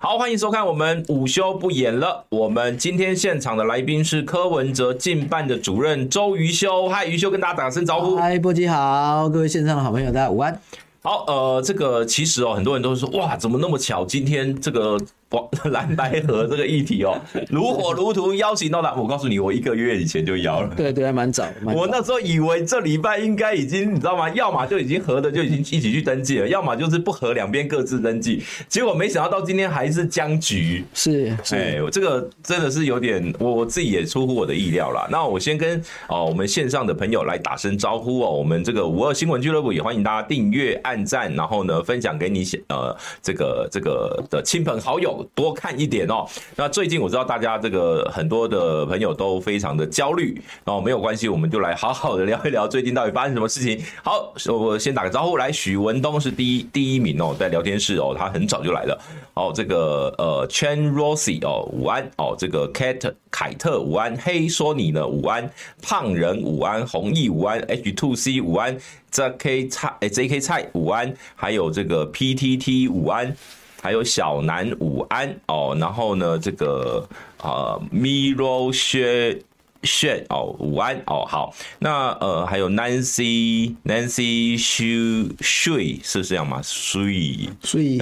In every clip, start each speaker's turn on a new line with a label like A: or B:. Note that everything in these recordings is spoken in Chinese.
A: 好，欢迎收看我们午休不演了。我们今天现场的来宾是柯文哲近办的主任周瑜修，嗨，瑜修跟大家打声招呼。
B: 嗨，波基好，各位线上的好朋友，大家午安。
A: 好，呃，这个其实哦，很多人都说哇，怎么那么巧，今天这个哇蓝白河这个议题哦，如火如荼邀请到他。我告诉你，我一个月以前就邀了。
B: 对对，还蛮早，蛮早
A: 哎我那时候以为这礼拜应该已经，你知道吗？要么就已经合的就已经一起去登记了，要么就是不合，两边各自登记。结果没想到到今天还是僵局。
B: 是是，
A: 哎，我这个真的是有点，我我自己也出乎我的意料啦。那我先跟哦我们线上的朋友来打声招呼哦。我们这个五二新闻俱乐部也欢迎大家订阅、按赞，然后呢分享给你呃这个这个的亲朋好友多看一点哦。那最近我知道大家这个很多的朋友都非常的焦虑，哦没有关系，我们就来好好的聊一聊最近到底发生什么事情。好，我先打个招呼，来，许文东是第一第一名哦，在聊天室哦，他很早就来了。哦，这个呃，Chen Rossi 哦，午安哦，这个 Cat 凯特午安，黑说你呢午安，胖人午安，弘毅午安，H Two C 午安，JK 蔡诶 JK 蔡午安，还有这个 PTT 午安。还有小南午安哦，然后呢，这个呃，Miro 薛炫哦，午安哦，好，那呃，还有 Nancy Nancy Xu Xu 是这样吗？Xu
B: 所以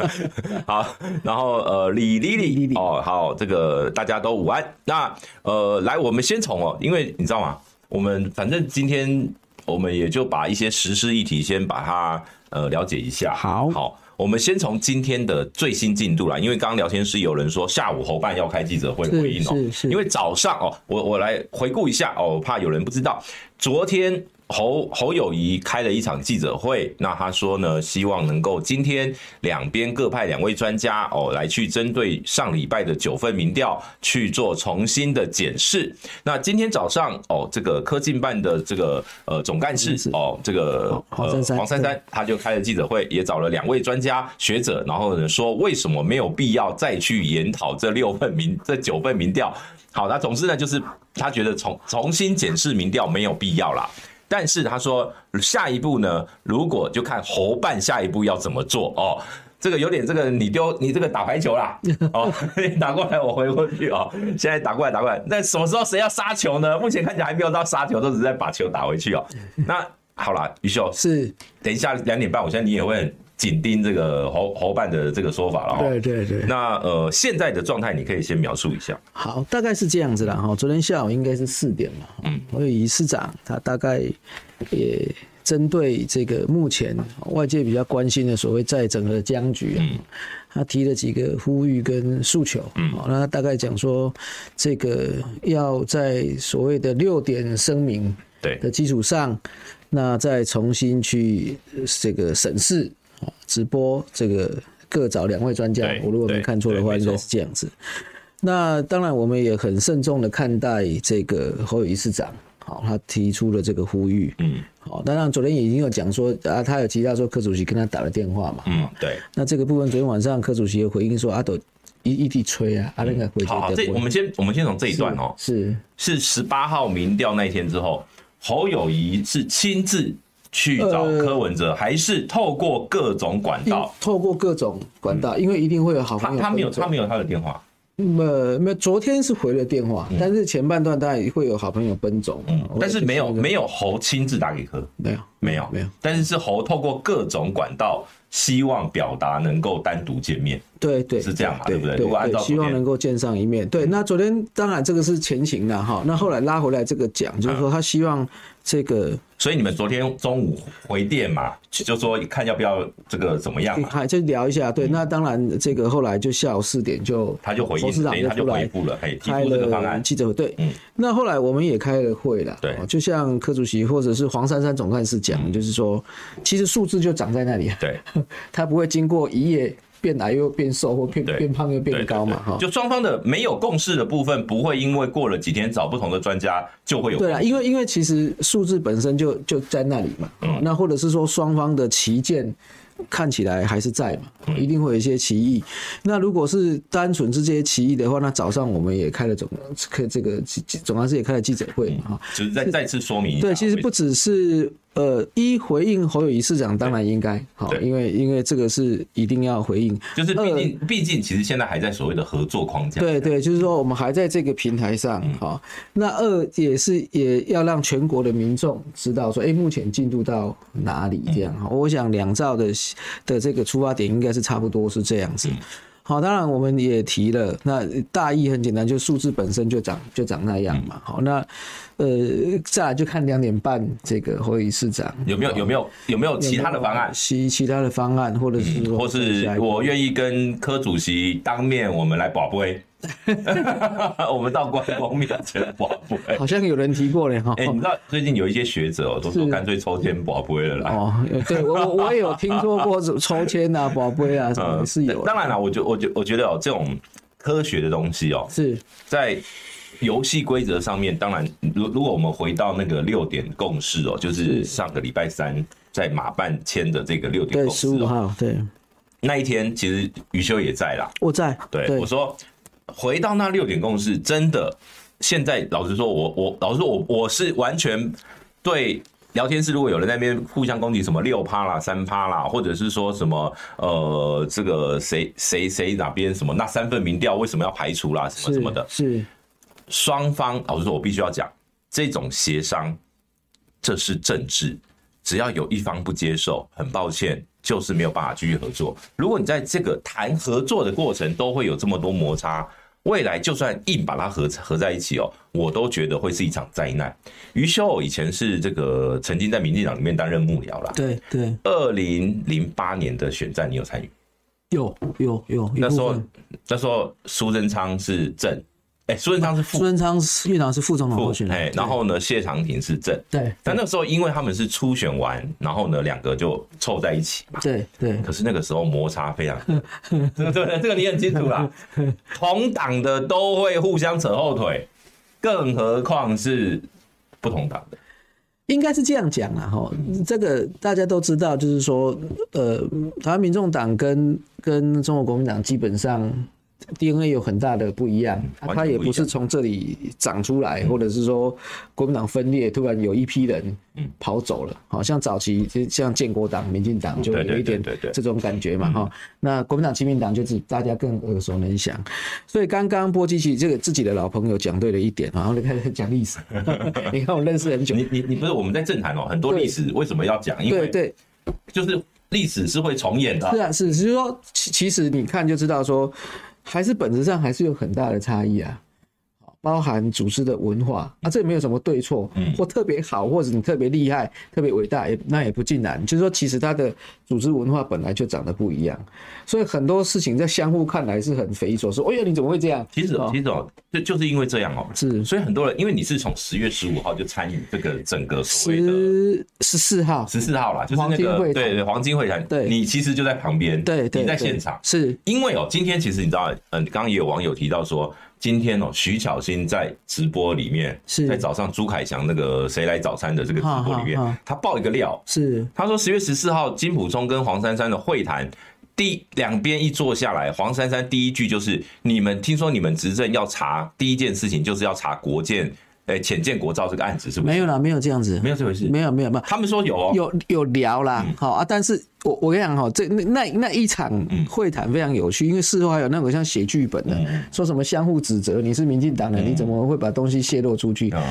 A: 好，然后呃，李丽
B: 李
A: 丽
B: 丽
A: 哦，好，这个大家都午安。那呃，来，我们先从哦，因为你知道吗？我们反正今天我们也就把一些时事议题先把它呃了解一下。
B: 好
A: 好，我们先从今天的最新进度啦，因为刚刚聊天室有人说下午侯办要开记者会
B: 是
A: 回应哦，
B: 是是
A: 因为早上哦，我我来回顾一下哦，我怕有人不知道，昨天侯侯友谊开了一场记者会，那他说呢，希望能够今天两边各派两位专家哦，来去针对上礼拜的九份民调去做重新的检视。那今天早上哦，这个科进办的这个呃总干事
B: 是
A: 哦，这个
B: 黄
A: 呃
B: 珊珊
A: 黄珊珊他就开了记者会，也找了两位专家学者，然后呢说为什么没有必要再去研讨这六份民这九份民调。好，那总之呢，就是他觉得重重新检视民调没有必要啦。但是他说下一步呢，如果就看侯办下一步要怎么做哦。这个有点这个你丢你这个打排球啦，哦， 你打过来我回过去哦，现在打过来打过来，那什么时候谁要杀球呢？目前看起来还没有到杀球，都只是在把球打回去哦。那好啦，于秀，
B: 是，
A: 等一下两点半，我相信你也会很紧盯这个侯侯办的这个说法了哦。
B: 对对对，
A: 那呃，现在的状态你可以先描述一下。
B: 好，大概是这样子啦。哈。昨天下午应该是四点嘛，嗯，所以市长他大概也针对这个目前外界比较关心的所谓在整个的僵局啊，他提了几个呼吁跟诉求，嗯，那他大概讲说这个要在所谓的六点声明，
A: 对
B: 的基础上，那再重新去呃这个审视哦直播这个各找两位专家
A: 对，
B: 我如果没
A: 对
B: 看错的
A: 对
B: 话，
A: 没
B: 应
A: 错
B: 该是这样子。那当然，我们也很慎重的看待这个侯友谊市长，好，他提出了这个呼吁，
A: 嗯
B: 好，当然昨天也已经有讲说啊，他有提到说柯主席跟他打了电话嘛，
A: 嗯，对。
B: 那这个部分昨天晚上柯主席也回应说，阿斗一一地吹啊，阿那个回
A: 嗯
B: 绝
A: 好，好这我们先我们先从这一段哦，
B: 是
A: 是十八号民调那一天之后，侯友谊是亲自去找
B: 呃
A: 柯文哲，还是透过各种管
B: 因
A: 道？
B: 透过各种管道，因为一定会有好
A: 他
B: 朋
A: 嗯
B: 友
A: 他没有
B: 跟踪
A: 他没有他的电话，
B: 呃，没有，昨天是回了电话，但是前半段当然会有好朋友奔走，我也
A: 嗯但嗯是没有
B: 听那个
A: 没有侯亲自打给柯，
B: 没有
A: 没有
B: 没有，
A: 但是是侯透过各种管道，希望表达能够单独见面。
B: 对对
A: 是这样嘛
B: 对
A: 对不对
B: 对，
A: 如果按照
B: 对
A: 昨
B: 希望
A: 天嗯
B: 能够见上一面。对，那昨天当然这个是前情了哈，那后来拉回来这个讲，就是
A: 嗯
B: 说他希望这个
A: 所以你们昨天中午回电嘛，就说看要不要这个怎么样嘛，
B: 哎还就聊一下，对，那当然这个后来就下午四点就
A: 嗯他就回
B: 侯市
A: 应，
B: 长
A: 等于他就
B: 出
A: 回
B: 来
A: 复了，哎，提
B: 开
A: 出这个方
B: 了
A: 案。
B: 记者会，对，
A: 嗯
B: 那后来我们也开了会了，
A: 对嗯
B: 哦就像柯主席或者是黄珊珊总干事讲，就是说，其实数字就长在那里，啊
A: 对，
B: 它不会经过一夜变矮又变瘦或变
A: 对
B: 变胖又变高嘛，哈。
A: 就双方的没有共识的部分，不会因为过了几天找不同的专家就会有
B: 对啦，啊因为因为其实数字本身就就在那里嘛，哦那或者是说双方的旗舰看起来还是在嘛，哦一定会有一些歧义。那如果是单纯是这些歧义的话，那早上我们也开了总开这个记记总干事也开了记者会嘛，哈。
A: 只是再再次说明一下。
B: 对，其实不只是呃，一回应侯友谊市长，当然应该好，
A: 对
B: 因为因为这个是一定要回应。
A: 就是毕竟毕竟其实现在还在所谓的合作框架，
B: 呃对对，就是说我们还在这个平台上，
A: 嗯
B: 好、那二也是也要让全国的民众知道说，哎，目前进度到哪里
A: 嗯
B: 这样。哈我想两兆的的这个出发点应该是差不多是这样子。
A: 嗯
B: 好，当然我们也提了，那大意很简单，就数字本身就长就长那样
A: 嗯
B: 嘛。好，那呃，再来就看两点半这个侯友谊市长
A: 有没有有没有有没有其他的方案？嗯
B: 其其他的方案，或者啊是说
A: 或是
B: 下一步
A: 我愿意跟柯主席当面，我们来保杯， 我们到关公面前保杯。
B: 好像有人提过嘞哈。
A: 哎、你知道最近有一些学者哦，都说
B: 是
A: 干脆抽签保杯了啦。
B: 哦，对我我我也有听说过抽签啊、宝贝啊什
A: 呃
B: 么是有的，
A: 嗯当然了，我觉我觉我觉得哦，这种科学的东西哦，
B: 是
A: 在游戏规则上面，当然，如如果我们回到那个六点共识哦，就是上个礼拜三在马办签的这个六点
B: 对
A: 共识
B: 十五
A: 哦，
B: 号，对
A: 那一天其实余修也在啦，
B: 我在，
A: 对，我说回到那六点共识，真的，现在老实说我，我老实说我我是完全对聊天室如果有人在那边互相攻击什么六趴啦、三趴啦，或者是说什么呃这个谁谁谁哪边什么那三份民调为什么要排除啦什么什么的，
B: 是
A: 双方老实说，我必须要讲这种协商，这是政治，只要有一方不接受，很抱歉。就是没有办法继续合作。如果你在这个谈合作的过程都会有这么多摩擦，未来就算硬把它合合在一起哦，我都觉得会是一场灾难。余秀偶以前是这个曾经在民进党里面担任幕僚啦。
B: 对对，
A: 二零零八年的选战你有参与？
B: 有有有，
A: 那
B: 一部
A: 时候
B: 分
A: 那时候苏贞昌是正，哎、苏贞昌是
B: 苏
A: 副
B: 贞昌是院哦长是副总统候选人，
A: 哎
B: 对，
A: 然后呢谢长廷是正。
B: 对
A: 但那时候因为他们是初选完，然后呢两个就凑在一起嘛。
B: 对对
A: 可是那个时候摩擦非常， 对对，这个你很清楚啦。同党的都会互相扯后腿，更何况是不同党的。
B: 应该是这样讲啦，哈，这个大家都知道，就是说，呃，台湾民众党跟跟中国国民党基本上 DNA 有很大的不一样，啊
A: 嗯完全
B: 它也
A: 不一
B: 不
A: 样
B: 是从这里长出来，或者是说国民党分裂，突然有一批人
A: 嗯
B: 跑走了，好像早期就像建国党、民进党就
A: 对对
B: 有一点
A: 对对嗯对
B: 这种感觉嘛，哈。那国民党、亲民党就是大家更耳熟能详，所以刚刚波基奇这个自己的老朋友讲对了一点，然后就开始讲历史， 你看我认识很久。
A: 你你你不是我们在政坛哦，很多历史为什么要讲？因
B: 对
A: 为
B: 对，
A: 就是历史是会重演
B: 是
A: 的。
B: 啊，是，就是说，其其实你看就知道说，还是本质上还是有很大的差异啊，包含组织的文化啊，这没有什么对错，
A: 嗯
B: 或特别好，或者你特别厉害、特别伟大，也那也不尽然。就是说，其实它的组织文化本来就长得不一样，所以很多事情在相互看来是很匪夷所思。哎呀，你怎么会这样？
A: 其实
B: 哦
A: 其实哦，就就是因为这样哦，
B: 是
A: 所以很多人因为你是从十月十五号就参与这个整个所谓的
B: 十十四号，
A: 十四号啦，就是那
B: 黄金
A: 个
B: 会谈
A: 对对黄金会谈，
B: 对
A: 你其实就在旁边，
B: 对对，
A: 你在
B: 对
A: 现场。
B: 是
A: 因为哦，今天其实你知道，嗯，刚刚也有网友提到说，今天哦，徐巧芯在直播里面，
B: 是
A: 在早上朱凯翔那个谁来早餐的这个直播里
B: 哈哈
A: 面
B: 哈，
A: 他爆一个料，
B: 是
A: 他说十月十四号金普聪跟黄珊珊的会谈。第两边一坐下来，黄珊珊第一句就是：“你们听说你们执政要查第一件事情，就是要查国建，诶、浅见国造这个案子，是不是？
B: 没有啦，没有这样子，
A: 没有这回事。
B: 没有没有没有，
A: 他们说有哦，嗯
B: 有有聊啦，好、啊，但是我我跟你讲哈，这那那那一场
A: 嗯
B: 会谈非常有趣，因为事后还有那种像写剧本的，说什么相互指责，你是民进党的，你怎么会把东西泄露出去？
A: 嗯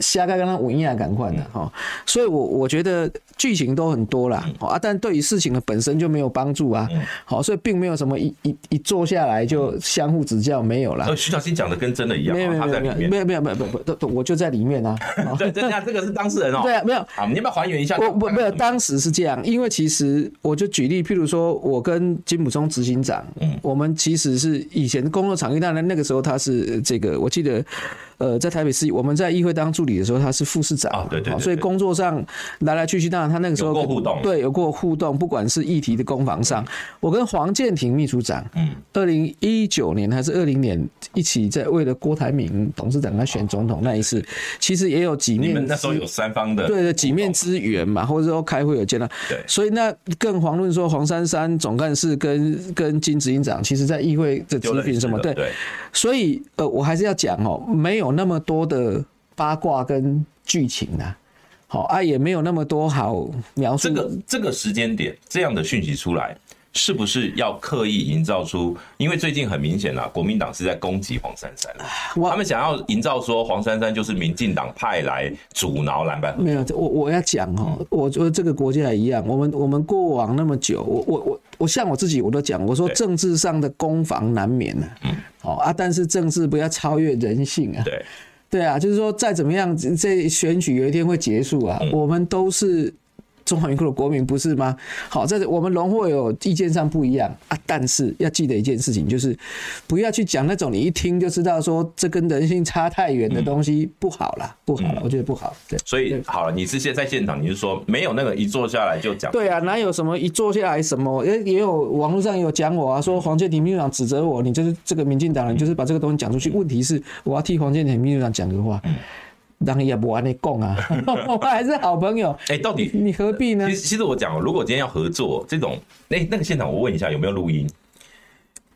B: 瞎该跟他文雅赶快的哈，所以我我觉得剧情都很多
A: 嗯
B: 啦，好啊，但对于事情的本身就没有帮助啊，好，所以并没有什么一一一坐下来就相互指教没有啦。
A: 呃，徐小新讲的跟真的一样
B: 没有
A: 哦，
B: 没有
A: 他
B: 没
A: 在
B: 有
A: 里
B: 没
A: 面。
B: 有没有没有没有没有，都我就在里面啊。 好
A: 对，这下这个是当事人哦。
B: 对啊，没有，
A: 啊，你要不要还原一下？
B: 我我没有，当时是这样，因为其实我就举例，譬如说，我跟金普松执行长，
A: 嗯
B: 我们其实是以前工作场域，当然那个时候他是呃这个，我记得，呃，在台北市，我们在议会当助理的时候，他是副市长嘛，
A: 啊对对对
B: 好所以
A: 对
B: 工作上来来去去，当然他那个时候
A: 有过
B: 跟
A: 互动
B: 对，有过互动，不管是议题的攻防上，我跟黄建庭秘书长，
A: 嗯，
B: 二零一九年还是二零年一起在为了郭台铭董事长他选总统那一次，其实也有几
A: 你
B: 面
A: 们那时候
B: 之
A: 有三方 的哦
B: 对对，几面之缘嘛，或者说开会有见到，
A: 对
B: 所以那更遑论说黄珊珊总干事跟跟金执行长，其实在议会的
A: 就
B: 咨
A: 认
B: 询
A: 识
B: 什么，
A: 了
B: 对，
A: 对，
B: 所以呃，我还是要讲哦，没有那么多的八卦跟剧情啊。好啊，也没有那么多好描述。
A: 这个这个时间点，这样的讯息出来，是不是要刻意营造出？因为最近很明显啦，国民党是在攻击黄珊珊，
B: 我
A: 他们想要营造说黄珊珊就是民进党派来阻挠蓝白合。
B: 没有，这我我要讲哈、
A: 嗯
B: 我觉得这个国家也一样，我们我们过往那么久，我我我我像我自己我都讲，我说
A: 对嗯
B: 政治上的攻防难免啊，哦啊，但是政治不要超越人性啊，
A: 对，
B: 对啊，就是说再怎么样，这这选举有一天会结束啊，我们都是。中华民国的国民不是吗？好，在我们龙会有意见上不一样啊，但是要记得一件事情，就是不要去讲那种你一听就知道说这跟人性差太远的东西，不好啦，不好啦，我觉得不好。对，
A: 所以好了，你是现在现场，你是说没有那个一坐下来就讲，
B: 对啊，哪有什么一坐下来什么，也也有网络上也有讲我啊，说黄建庭民主党指责我，你就是这个民进党人，你就是把这个东西讲出去。问题是我要替黄建庭民主党讲个
A: 嗯
B: 话，当然也不按你供 啊，我们还是好朋友，
A: 哎、到底
B: 你何必呢
A: 其？实，其实我讲哦，如果今天要合作这种，那、那个现场，我问一下有没有录音？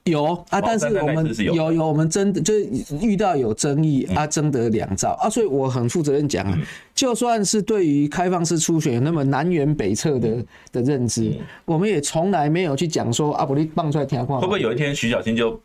B: 有啊，
A: 网站
B: 但是
A: 大
B: 我
A: 概
B: 们
A: 是有的嗯
B: 有有我们真的就是遇到有争议啊，争得两造啊，所以我很负责任讲啊，就算是对于开放式初选有那么南辕北辙
A: 嗯
B: 的的认知，我们也从来没有去讲说啊，我你放出来听话
A: 会不。会有一天徐小新就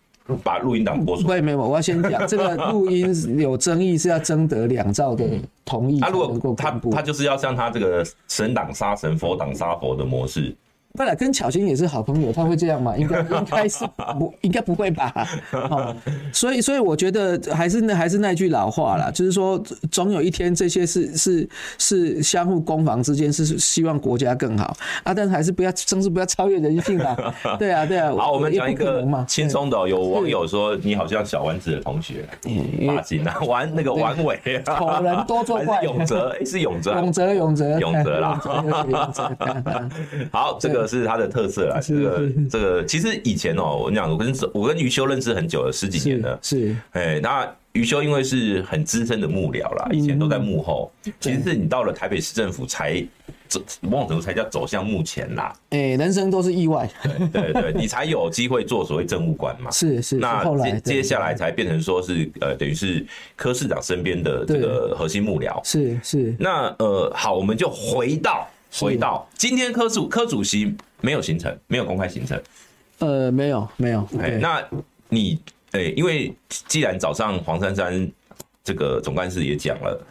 A: 把录音档播出？
B: 不，没有，我要先讲这个录音有争议，是要征得两兆的同意
A: 他、嗯啊
B: 才
A: 如
B: 能够
A: 果他
B: 公布。
A: 他就是要像他这个神党杀神、佛党杀佛的模式，
B: 本来跟巧心也是好朋友，他会这样吗？应该应该是不，应该不会吧？哦，所以所以我觉得还是那还是那句老话啦，就是说总有一天这些是是是相互攻防之间是希望国家更好啊，但是还是不要真是不要超越人 性啦。对啊对啊，
A: 好，我们讲一
B: 也不可
A: 个
B: 能嘛
A: 轻。松的哦、有网友说你好像小丸子的同学，
B: 因为
A: 发型啊，玩那个丸尾啊，
B: 丑人多作怪
A: 还是永泽，诶是永泽啊。
B: 永泽，永泽，
A: 永泽啦
B: 永泽 永泽
A: 好，这个是他的特色啦。这
B: 是
A: 个这个，其实以前哦，我跟你讲，我跟我跟余修认识很久了，十几年了
B: 是。是，
A: 哎，那余修因为是很资深的幕僚啦，以前都在幕后，
B: 嗯
A: 其实是你到了台北市政府才走，某种程度才叫走向幕前啦。
B: 哎、人生都是意外，
A: 对对，你才有机会做所谓政务官嘛。
B: 是是是
A: 那
B: 后来
A: 接
B: 对
A: 接下来才变成说是呃，等于是柯市长身边的这个核心幕僚。
B: 是是
A: 那呃，好，我们就回到回到今天柯主柯主席没有行程，没有公开行程。
B: 呃，没有没有，
A: 哎、
B: 对
A: 那你哎、因为既然早上黄珊珊这个总干事也讲了，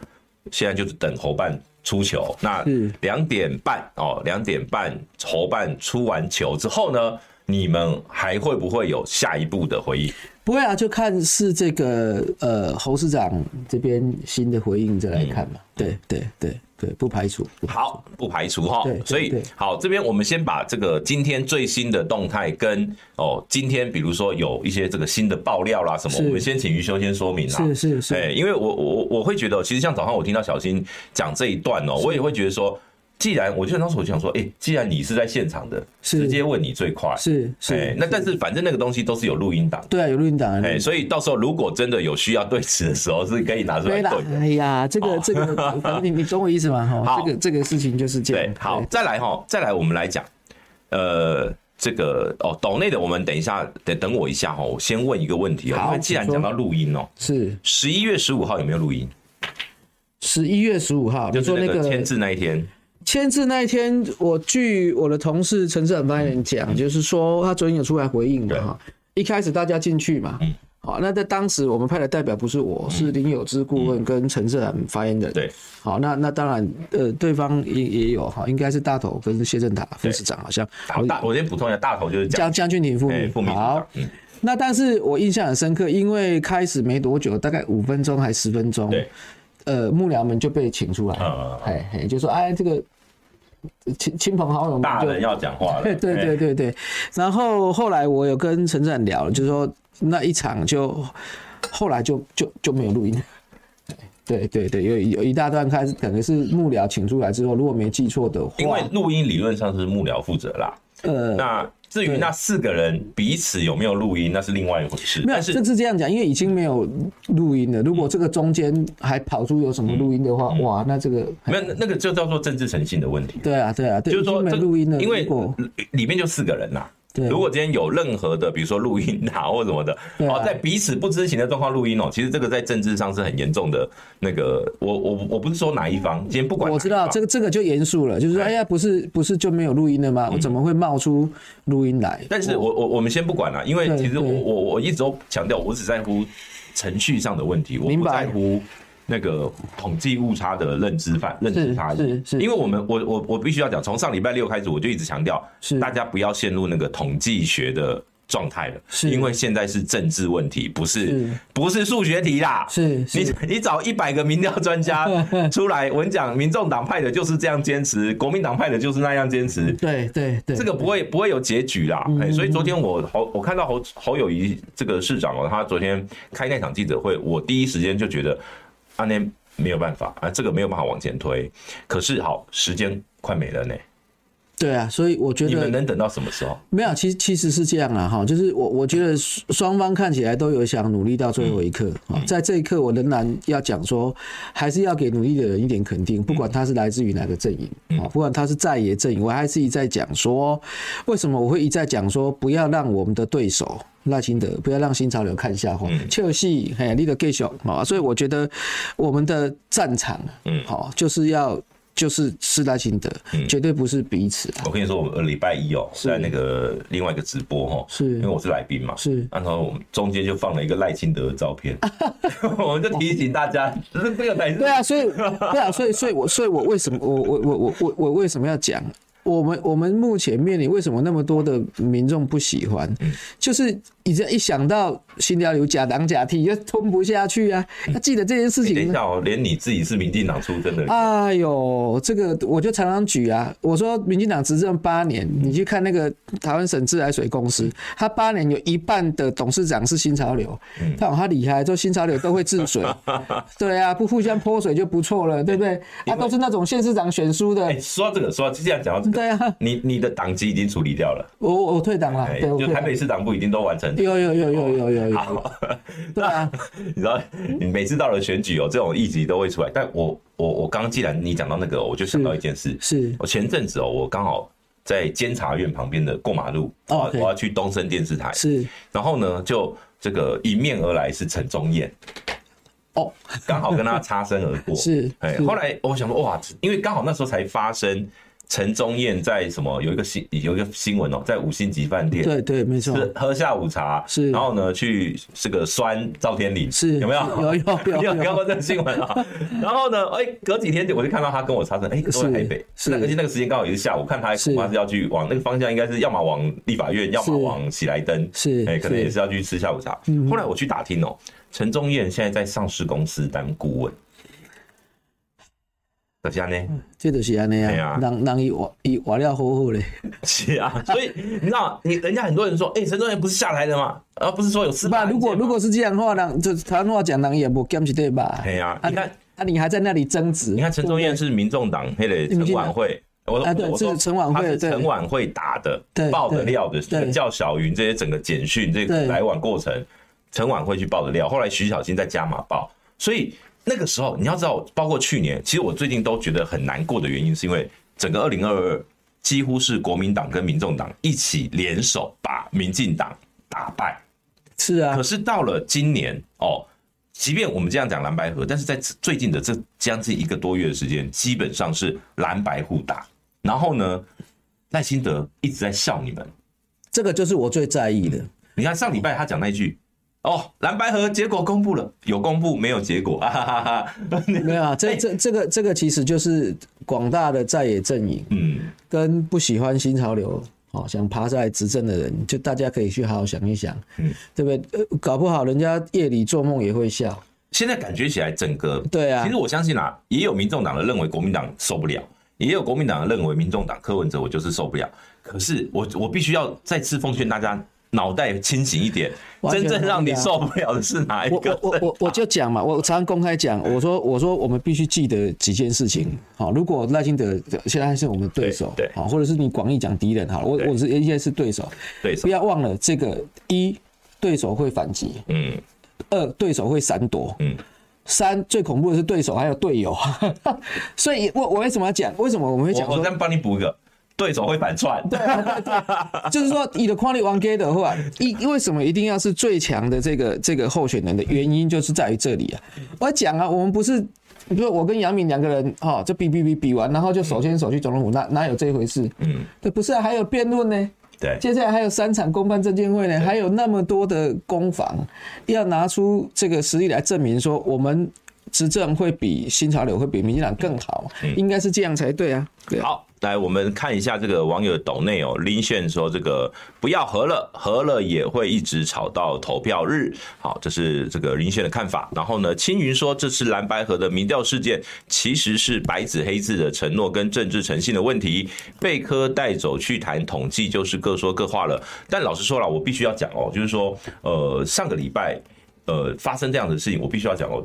A: 现在就是等侯办出球。那
B: 是
A: 两点半哦，两点半侯办出完球之后呢，你们还会不会有下一步的回应？
B: 不会啊，就看是这个呃侯市长这边新的回应再来看嘛，对对对对，不排除。不排除，
A: 好，嗯不排除哈
B: 对对。
A: 所以
B: 对
A: 好，这边我们先把这个今天最新的动态跟哦，今天比如说有一些这个新的爆料啦什么，
B: 是
A: 我们先请于修先说明啦。
B: 是是是
A: 哎，因为我我我会觉得，其实像早上我听到小新讲这一段哦，我也会觉得说，既然我记得当时我就想说，哎，既然你是在现场的，
B: 是
A: 直接问你最快。
B: 是
A: 哎
B: 是，，
A: 那但是反正那个东西都是有录音档的，
B: 对啊，有录音档啊，
A: 哎，所以到时候如果真的有需要对峙的时候，是可以拿出来
B: 对啦
A: 对的。，
B: 哎呀，这个 这个，反正你你懂我意思嘛？哈，
A: 哦好
B: 这个这个事情就是这
A: 对
B: 样。，
A: 好，
B: 对，
A: 再来哈，再来我们来讲，呃，这个哦，岛内的我们等一下，等等我一下哈，我先问一个问题哦，
B: 好
A: 因为既然
B: 请说
A: 讲到录音哦，
B: 是
A: 十一月十五号有没有录音？
B: 十一月十五号，
A: 就是
B: 你说
A: 那
B: 那
A: 个
B: 个
A: 签字那一天，
B: 签字那一天，我据我的同事陈志远发言人讲，
A: 嗯
B: 就是说他昨天有出来回应的哈。一开始大家进去嘛，
A: 嗯
B: 好，那在当时我们派的代表不是我，是林有之顾问跟陈志远发言人。
A: 对，
B: 好，那那当然，呃，对方也也有哈，应该是大头跟谢振达副市长好像，
A: 好大，我先补充一下，大头就是讲，
B: 将将军挺副
A: 哎，
B: 秘
A: 副秘书
B: 好
A: 长，，嗯，
B: 那但是我印象很深刻，因为开始没多久，大概五分钟还十分钟，
A: 对，
B: 呃，幕僚们就被请出来，
A: 呃，
B: 嘿嘿，就说哎，这个亲亲朋好友们
A: 大
B: 就
A: 人要讲话了，
B: 对对对
A: 哎，
B: 对对。然后后来我有跟陈展聊，就是说那一场就后来就就就没有录音。对对对，有有一大段开始，可能是幕僚请出来之后，如果没记错的话，
A: 因为录音理论上是幕僚负责啦，
B: 呃，
A: 那至于那四个人彼此有没有录音，那是另外一回事，
B: 没有，
A: 但是
B: 这是这样讲，因为已经没有录音了。如果这个中间还跑出有什么录音的话，哇，那这个
A: 嗯没有那那个就叫做政治诚信的问题。
B: 对啊对啊，对
A: 就是
B: 已经
A: 说
B: 没
A: 这
B: 录音了，
A: 因为
B: 如果
A: 里面就四个人呐、
B: 对
A: 如果今天有任何的，比如说录音啊或什么的，
B: 对啊
A: 哦，在彼此不知情的状况录音哦，其实这个在政治上是很严重的。那个，我我我不是说哪一方，今天不管
B: 我知道这
A: 个，
B: 个这个就严肃了，就是说，
A: 哎嗯
B: 哎呀，不是不是就没有录音了吗？我怎么会冒出录音来？
A: 但是我我我们先不管了，因为
B: 对
A: 其实我
B: 对
A: 我我一直都强调，我只在乎程序上的问题，我
B: 明
A: 不
B: 白
A: 在乎。那个统计误差的认知范认知差异，
B: 是是
A: 因为我们我我我必须要讲，从上礼拜六开始，我就一直强调，
B: 是
A: 大家不要陷入那个统计学的状态了，
B: 是
A: 因为现在是政治问题，不是
B: 是
A: 不是数学题啦，
B: 是是
A: 啊 你你找一百个民调专家 出来，我跟你讲，民众党派的就是这样坚持，国民党派的就是那样坚持，
B: 对对对，
A: 这个不会不会有结局啦。
B: 嗯
A: 哎、所以昨天我侯我看到侯侯友谊这个市长哦，他昨天开那场记者会，我第一时间就觉得啊，那没有办法啊，这个没有办法往前推。可是好，时间快没了呢，
B: 对啊，所以我觉
A: 你们
B: 得
A: 能等到什么时候？
B: 没有，其实其实是这样啦，哈，就是我我觉得双双方看起来都有想努力到最后一刻啊，在这一刻，我仍然要讲说，还是要给努力的人一点肯定，不管他是来自于哪个阵营啊，不管他是在野阵营，我还是一再讲说，为什么我会一再讲说，不要让我们的对手。赖清德不要让新潮流看笑话，切戏嘿，你的 g 手啊，所以我觉得我们的战场，嗯，好，就是要就是是赖清德，绝对不是彼此啊，
A: 我跟你说，我们礼拜一哦，在那个另外一个直播哦，
B: 是
A: 因为我是来宾嘛，
B: 是
A: 然后我们中间就放了一个赖清德的照 片，我们就提醒大家，这个才是
B: 对啊，所以对啊，所以所以我所以我为什么我我我我我我为什么要讲？我们我们目前面临为什么那么多的民众不喜欢，
A: 嗯
B: 就是一直一想到新潮流假党假体就吞不下去啊！要记得这件事
A: 嗯等一
B: 情。
A: 下哦，连你自己是民进党出身的人，
B: 哎呦，这个我就常常举啊，我说民进党执政八年，你去看那个台湾省自来水公
A: 嗯
B: 司，它八年有一半的董事长是新潮流，
A: 嗯
B: 他他厉害，就新潮流都会治 水，对啊，不互相泼水就不错了，对不对？啊，都是那种县市长选书的
A: 哎、，说到这个，说到既然讲到这个，
B: 对啊，
A: 你你的党籍已经处理掉了，
B: 我我退党了，
A: 哎、
B: 啊对，我
A: 就
B: 退
A: 台
B: 党，
A: 北市党部已经都完成。
B: 有有有有有有有，
A: 好，
B: 对啊，
A: 你知道，
B: 嗯
A: 你每次到了选举哦，这种议题都会出来。但我我我刚既然你讲到那个哦，我就想到一件事，
B: 是
A: 我前阵子哦，我刚好在监察院旁边的过马路，
B: 哦
A: 啊，我
B: OK
A: 要去东森电视台，
B: 是，
A: 然后呢，就这个迎面而来是陈宗彦，
B: 哦，
A: 刚 好跟他擦身而过。
B: 是
A: 哎，
B: 是
A: 后来我想说，哇，因为刚好那时候才发生陈宗彦在什么有一个新有一个新闻哦，在五星级饭店。
B: 对对，没错，
A: 是喝下午茶，
B: 哦是
A: 然后呢去这个酸赵天林，
B: 是
A: 有没有？
B: 有有有
A: 你 有
B: 有
A: 看过这个新闻 啊？然后呢，哎，隔几天我就看到他跟我擦身，哎，都在
B: 是
A: 台北，
B: 是
A: 那而且那个时间刚好也是下午，看他
B: 是
A: 恐怕是要去往那个方向，应该是要么往立法院，要
B: 是
A: 么往喜来登，
B: 是
A: 哎，可能
B: 是嗯
A: 也是要去吃下午茶。后来我去打听哦，陈宗彦现在在上市公司当顾问，大家呢？
B: 这就是安尼
A: 哎
B: 啊
A: 呀，
B: 人人伊活伊活了好 好嘞，
A: 是啊，所以你知道，你人家很多人说，哎、陈忠元不是下台的吗？而、不是说有司法
B: 那
A: 案件
B: 如
A: 吗
B: 果如果是这样的话，人就是台湾话讲，人也不减是对吧？
A: 哎呀、
B: 啊，
A: 你看，
B: 啊，你还在那里争执？
A: 你看陈忠彦是民众党那个陈晚会。我
B: 啊对
A: 我说
B: 是陈晚会
A: 他是
B: 对
A: 陈晚会打的
B: 对，
A: 爆的料的，
B: 对对
A: 叫小云这些整个简讯这
B: 对
A: 个来往过程，陈晚会去爆的料，后来徐小新再加码爆，所以那个时候你要知道，包括去年，其实我最近都觉得很难过的原因，是因为整个二零二二几乎是国民党跟民众党一起联手把民进党打败，
B: 是啊
A: 可，是到了今年哦，即便我们这样讲蓝白合，但是在最近的这将近一个多月的时间，基本上是蓝白互打。然后呢，赖清德一直在笑你们。
B: 这个就是我最在意的。
A: 你看上礼拜他讲那句。哦，蓝白合结果公布了，有公布没有结果？哈哈哈 哈。
B: 没有啊，
A: 哎
B: 这这这个这个其实就是广大的在野阵营
A: 嗯，
B: 跟不喜欢新潮流。哦，想爬上来执政的人，就大家可以去好好想一想，嗯，对不对？呃搞不好人家夜里做梦也会笑，
A: 现在感觉起来整个
B: 对啊
A: 其实我相信啊，也有民众党的认为国民党受不了，也有国民党的认为民众党柯文哲我就是受不了。可是我我必须要再次奉劝大家，脑袋清醒一点，
B: 完全
A: 真正让你
B: 同意啊
A: 受不了的是哪一
B: 我
A: 个？
B: 我我我我就讲嘛，我常常公开讲，
A: 嗯
B: 我说我说我们必须记得几件事情。好，如果赖清德现在是我们对手，
A: 对对
B: 好，或者是你广义讲敌人，好了，我
A: 对
B: 我是现在是对手，
A: 对手
B: 不要忘了这个一，对手会反击；
A: 嗯，
B: 二，对手会闪躲；
A: 嗯，
B: 三，最恐怖的是 对手还有队友。所以我我为什么要讲？为什么我们会讲
A: 我
B: 说
A: 我再帮你补一个，对手会反串。
B: 对啊，对对，就是说你的框里王 get 的话，一为什么一定要是最强的这个这个候选人的原因，就是在于这里啊。我讲啊，我们不是，比如说我跟杨敏两个人，哦，就比比比比完，然后就手牵手去总统府，哪哪有这回事？嗯，对，不是、啊，还有辩论呢。
A: 对，
B: 接下来还有三场公办证监会呢，还有那么多的攻防，要拿出这个实力来证明说我们执政会比新潮流会比民进党更好，
A: 嗯
B: 应该是这样才对啊。对啊，
A: 好，来我们看一下这个网友的抖内哦，林炫说这个不要和了，和了也会一直吵到投票日。好，这是这个林炫的看法。然后呢，青云说这次蓝白河的民调事件其实是白纸黑字的承诺跟政治诚信的问题，被科带走去谈统计就是各说各话了。但老实说了，我必须要讲哦，就是说呃上个礼拜呃发生这样的事情，我必须要讲哦，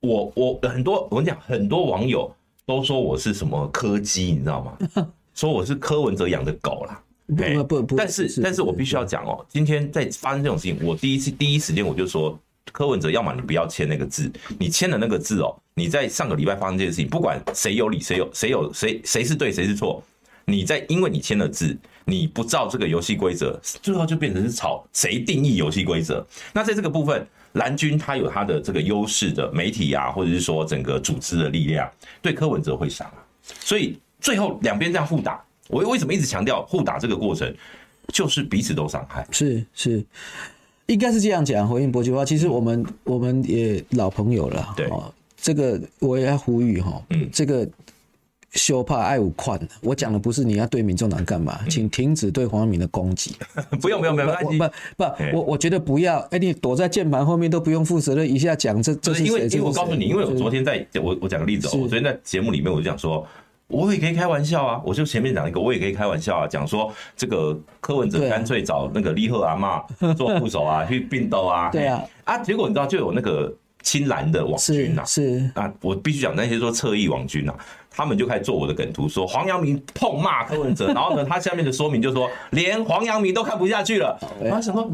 A: 我我很多我跟你讲，很多网友都说我是什么柯基，你知道吗？说我是柯文哲养的狗啦。哎
B: 呃不不不，
A: 但是但是我必须要讲哦，今天在发生这种事情，我第一次第一时间我就说，柯文哲，要么你不要签那个字，你签了那个字哦，你在上个礼拜发生这件事情，不管谁有理谁有谁有谁谁是对谁是错，你在因为你签了字，你不照这个游戏规则，最后就变成是吵谁定义游戏规则。那在这个部分，蓝军他有他的这个优势的媒体啊，或者是说整个组织的力量，对柯文哲会伤啊。所以最后两边这样互打，我为什么一直强调互打这个过程，就是彼此都伤害。
B: 是是，应该是这样讲。回应伯爵话，其实我们我们也老朋友了，
A: 对
B: 哦，这个我也要呼吁哈，
A: 嗯
B: 这个修怕爱无宽，我讲的不是你要对民众党干嘛，请停止对黄民的攻击。
A: 不用不用不用，嗯没关
B: 我
A: 系
B: 不不，我我觉得不要，哎，你躲在键盘后面都不用负责任，一下讲这这
A: 不是
B: 是
A: 因为
B: 谁
A: 因为我告诉你，因为我昨
B: 天
A: 天在我我讲个例子哦，
B: 是
A: 我昨天在节目里面我就讲说。我也可以开玩笑啊，我就前面讲一个，我也可以开玩笑啊，讲说这个柯文哲
B: 对啊
A: 干脆找那个李赫阿 妈做副手啊，去并斗啊，
B: 对啊
A: 嘿，啊，结果你知道就有那个青蓝的网军
B: 是
A: 呐、
B: 是
A: 啊，我必须讲那些说侧翼网军啊，他们就开始做我的梗图，说黄阳明痛骂柯文哲，然后呢，他下面的说明就说连黄阳明都看不下去了，然后想说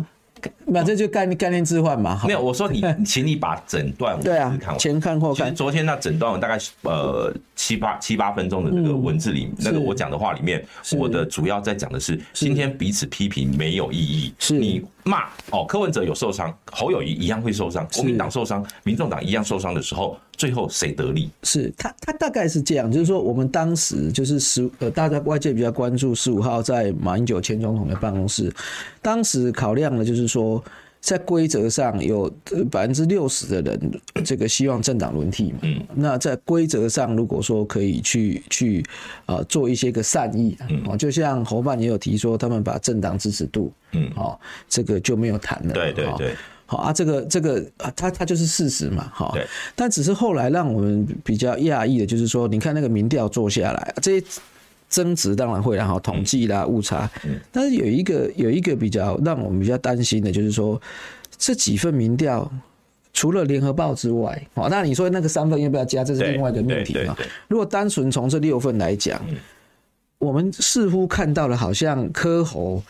B: 那这就概念概念置换嘛，
A: 没有，我 说你，请你把整段文字
B: 对啊
A: 看，完。
B: 前看后
A: 其实
B: 看，
A: 昨天那整段文大概呃七八七八分钟的那个文字里，那个
B: 嗯是
A: 我讲的话里面，
B: 是
A: 我的主要在讲的是今天彼此批评没有意义。
B: 是
A: 你骂哦，柯文哲有受伤，侯友谊一样会受伤，国民党受伤，民众党一样受伤的时候，最后谁得利？
B: 是他他大概是这样，就是说我们当时就是十呃，大家外界比较关注十五号在马英九前总统的办公室，当时考量的就是说。在规则上有百分之六十的人，这个希望政党轮替嘛。嗯，那在规则上，如果说可以去去呃做一些个善意啊、哦就像侯办也有提说，他们把政党支持度，
A: 嗯
B: 哦，这个就没有谈了。
A: 对对
B: 哦
A: 对，
B: 好啊，这个这个啊，它它就是事实嘛，哈
A: 对。
B: 但只是后来让我们比较讶异的，就是说，你看那个民调做下来，这些争执当然会啦，然后统计啦、误差，
A: 嗯
B: 但是有一个有一个比较让我们比较担心的，就是说这几份民调。除了联合报之外，哦，那你说那个三份要不要加？这是
A: 对
B: 另外一个命题
A: 对对
B: 嘛
A: 对。
B: 如果单纯从这六份来讲，我们似乎看到了，好像柯侯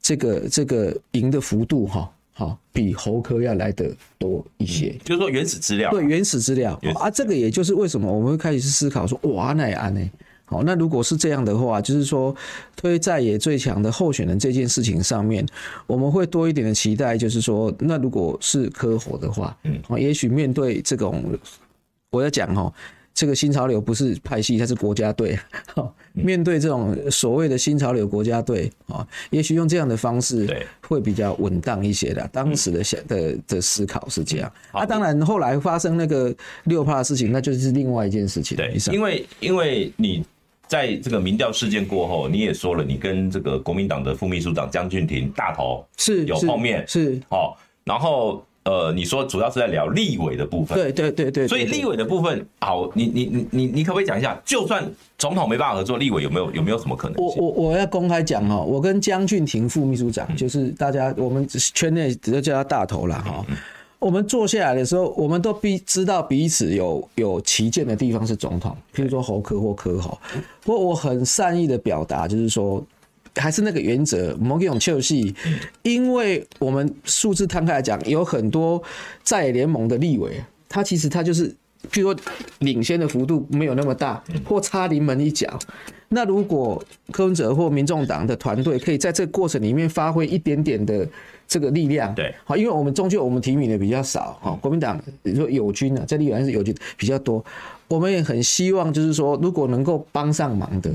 B: 这个这个赢的幅度哈，好、比侯科要来得多一些。
A: 就是说原始资料，
B: 对嗯原始资料
A: 原始
B: 啊，这个也就是为什么我们会开始思考说，哇，那也安呢？好，那如果是这样的话，就是说推在野最强的候选人这件事情上面，我们会多一点的期待，就是说，那如果是柯侯的话，嗯，哦，也许面对这种，我在讲哦，这个新潮流不是派系，它是国家队。 哦
A: 嗯
B: 面对这种所谓的新潮流国家队啊，哦也许用这样的方式
A: 对嗯
B: 会比较稳当一些的。当时的想的的思考是这样。
A: 好
B: 啊，当然后来发生那个六趴的事情，那就是另外一件事情。
A: 对
B: 以，上
A: 因为因为你在这个民调事件过后，你也说了，你跟这个国民党的副秘书长江俊廷大头
B: 是
A: 有
B: 是
A: 碰面
B: 是，
A: 哦，然后呃，你说主要是在聊立委的部分，
B: 对对对对。
A: 所以
B: 对
A: 立委的部分，好，你你你你你可不可以讲一下，就算总统没办法合作，立委有没有有没有什么可能
B: 我
A: 性？
B: 我我要公开讲哦，我跟江俊廷副秘书
A: 嗯
B: 长，就是大家我们圈内只叫他大头啦哈。
A: 嗯
B: 我们坐下来的时候，我们都彼知道彼此有有旗舰的地方是总统，譬如说侯科或科侯。不过我很善意的表达，就是说。还是那个原则，某种球系，
A: 嗯
B: 因为我们数字摊开来讲，有很多在野联盟的立委，他其实他就是据说领先的幅度没有那么大，
A: 嗯
B: 或差临门一脚。那如果柯文哲或民众党的团队可以在这个过程里面发挥一点点的这个力量，
A: 对
B: 好，因为我们终究我们提名的比较少，哈，国民党你说友军啊，在立法院是友军比较多，我们也很希望就是说，如果能够帮上忙的，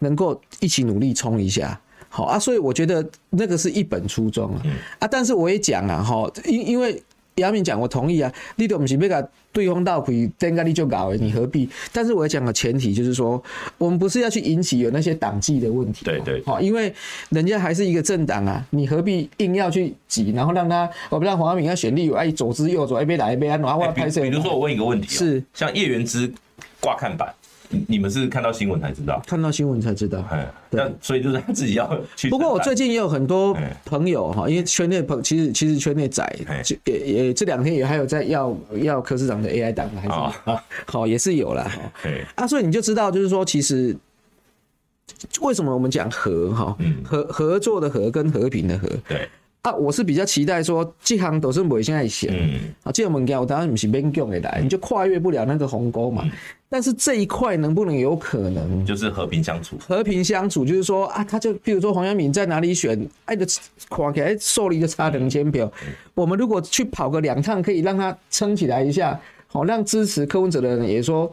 B: 能够一起努力冲一下。好啊，所以我觉得那个是一本初衷
A: 嗯
B: 啊、啊，但是我也讲啊，哈，因因为杨敏讲，我同意啊，你都不是要把对方到鬼，等下你就搞了，你何必？但是我要讲个前提，就是说我们不是要去引起有那些党纪的问题、
A: 对对
B: 好，因为人家还是一个政党啊，你何必硬要去挤，然后让他，哦我不让黄阿敏要选立委，哎，左支右左，一边来一边，然后我要
A: 哎比
B: 拍摄。
A: 比如说，我问一个问题、哦，
B: 是
A: 像叶元之挂看板，你你们是看到新闻才知道，
B: 看到新闻才知道。
A: 哎，
B: 对
A: 那所以就是他自己要去承担。
B: 不过我最近也有很多
A: 哎
B: 朋友哈，因为圈内朋其实其实圈内仔
A: 哎
B: 就也也这两天也还有在要要柯市长的 AI 档还是
A: 哦
B: 好也是有啦。哈
A: 哎，
B: 啊，所以你就知道，就是说，其实为什么我们讲和哈，
A: 嗯
B: 合合作的和跟和平的和
A: 对，
B: 啊，我是比较期待说，这行都是我现在写。
A: 嗯，
B: 啊，这种物件我当然不是勉强的来，你就跨越不了那个鸿沟
A: 嗯
B: 嘛。但是这一块能不能有可能
A: 就是和平相处，
B: 和平相处，就是说啊，他就比如说黄阳明在哪里选，哎的垮起来受力就差两千票，
A: 嗯
B: 我们如果去跑个两趟，可以让他撑起来一下，好、让支持柯文哲的人也说。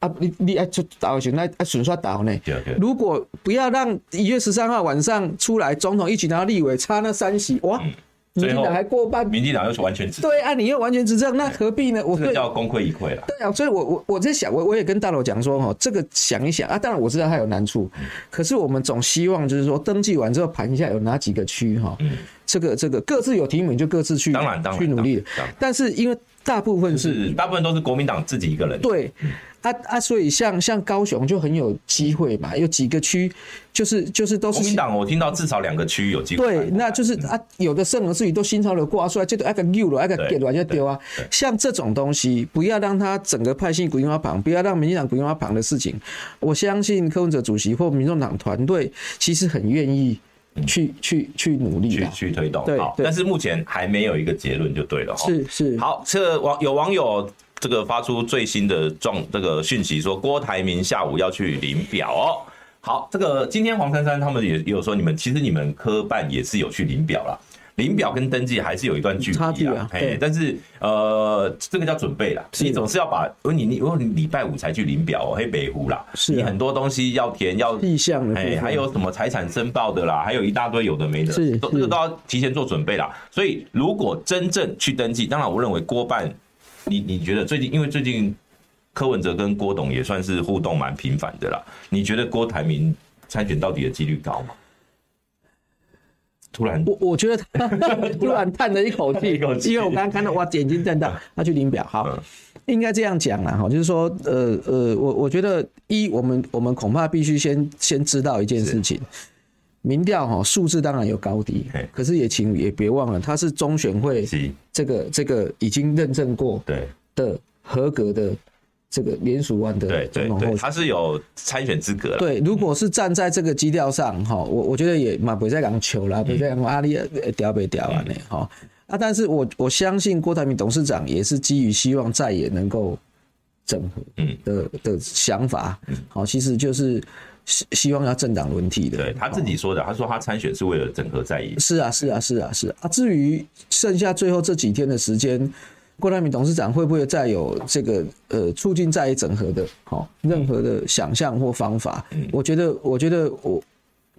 B: 啊，你你哎，就打选那哎选出来打呢
A: 对对？
B: 如果不要让一月十三号晚上出来，总统一起拿到立委，差那三席，哇，民
A: 嗯最
B: 进
A: 后
B: 党还过半，
A: 民进党又是完全执，
B: 对啊，你又完全执政，那何必呢？我
A: 这个
B: 对
A: 叫功亏一篑了。
B: 对啊，所以我我我在想，我我也跟大佬讲说，哈，这个想一想啊，当然我知道它有难处，
A: 嗯
B: 可是我们总希望就是说，登记完之后盘一下有哪几个区哈，这个这个各自有题目你就各自去
A: 嗯当然当然
B: 去努力
A: 当然当然，
B: 但是因为大部分是
A: 是大嗯部分都是国民党自己一个人，
B: 对，啊啊，所以像像高雄就很有机会嘛，有几个区就是就是都
A: 国
B: 是
A: 民党我听到至少两个区有机会办。
B: 对，那就是
A: 嗯
B: 啊，有的圣人自己都新潮流挂出来，就得挨个溜了，挨个
A: 对
B: 点了就丢啊
A: 对对。
B: 像这种东西，不要让它整个派系滚瓜旁，不要让民进党滚瓜旁的事情，我相信柯文哲主席或民众党团队其实很愿意去、去去努力
A: 去
B: 的。
A: 去推动。
B: 对
A: 好，
B: 对
A: 但是目前还没有一个结论就对了哈。
B: 是是，
A: 好，这网有网友这个发出最新的状这个讯息说，郭台铭下午要去领表哦。好，这个今天黄珊珊他们也也有说，你们其实你们科办也是有去领表啦。领表跟登记还是有一段距
B: 差
A: 离
B: 距
A: 啊
B: 啊，
A: 嘿
B: 对
A: 但是呃，这个叫准备啦，
B: 是
A: 你总是要把，因为你你因为你礼拜五才去领表哦，嘿北湖啦，
B: 是啊
A: 你很多东西要填要
B: 意向的部
A: 哎，
B: 分
A: 还有什么财产申报的啦，还有一大堆有的没的，
B: 是
A: 都
B: 是
A: 这个都要提前做准备啦。所以如果真正去登记，当然我认为郭办，你你觉得最近因为最近柯文哲跟郭董也算是互动蛮频繁的啦，你觉得郭台铭参选到底的几率高吗？突然
B: 我我觉得 他突然叹了一口气，
A: 一口气
B: 因为我刚刚看 到哇，眼睛瞪大，他去领表。好
A: 嗯，
B: 应该这样讲啦，哈，就是说，呃呃，我我觉得一，我们我们恐怕必须先先知道一件事情，民调哈数字当然有高低
A: 嘿，
B: 可是也请也别忘了，它是中选会
A: 是
B: 这个这个已经认证过
A: 对
B: 的合格的这个联署案的
A: 对
B: 总
A: 对
B: 统候选
A: 对，
B: 人
A: 他是有参选资格了，
B: 对，如果是站在这个基调上，哈，我我觉得也嘛不会再讲
A: 嗯
B: 球啦，不会再讲啊阿里屌不屌啊呢，哈啊，但是我我相信郭台铭董事长也是基于希望再也能够整合
A: 嗯
B: 的的想法，好，其实就是希希望要政党轮替的，
A: 对他自己说的，他说他参选是为了整合在一起，
B: 是啊，是啊，是啊，是啊。啊至于剩下最后这几天的时间，郭台铭董事长会不会再有这个呃促进再整合的好、任何的想象或方法？
A: 嗯
B: 我觉得，我觉得我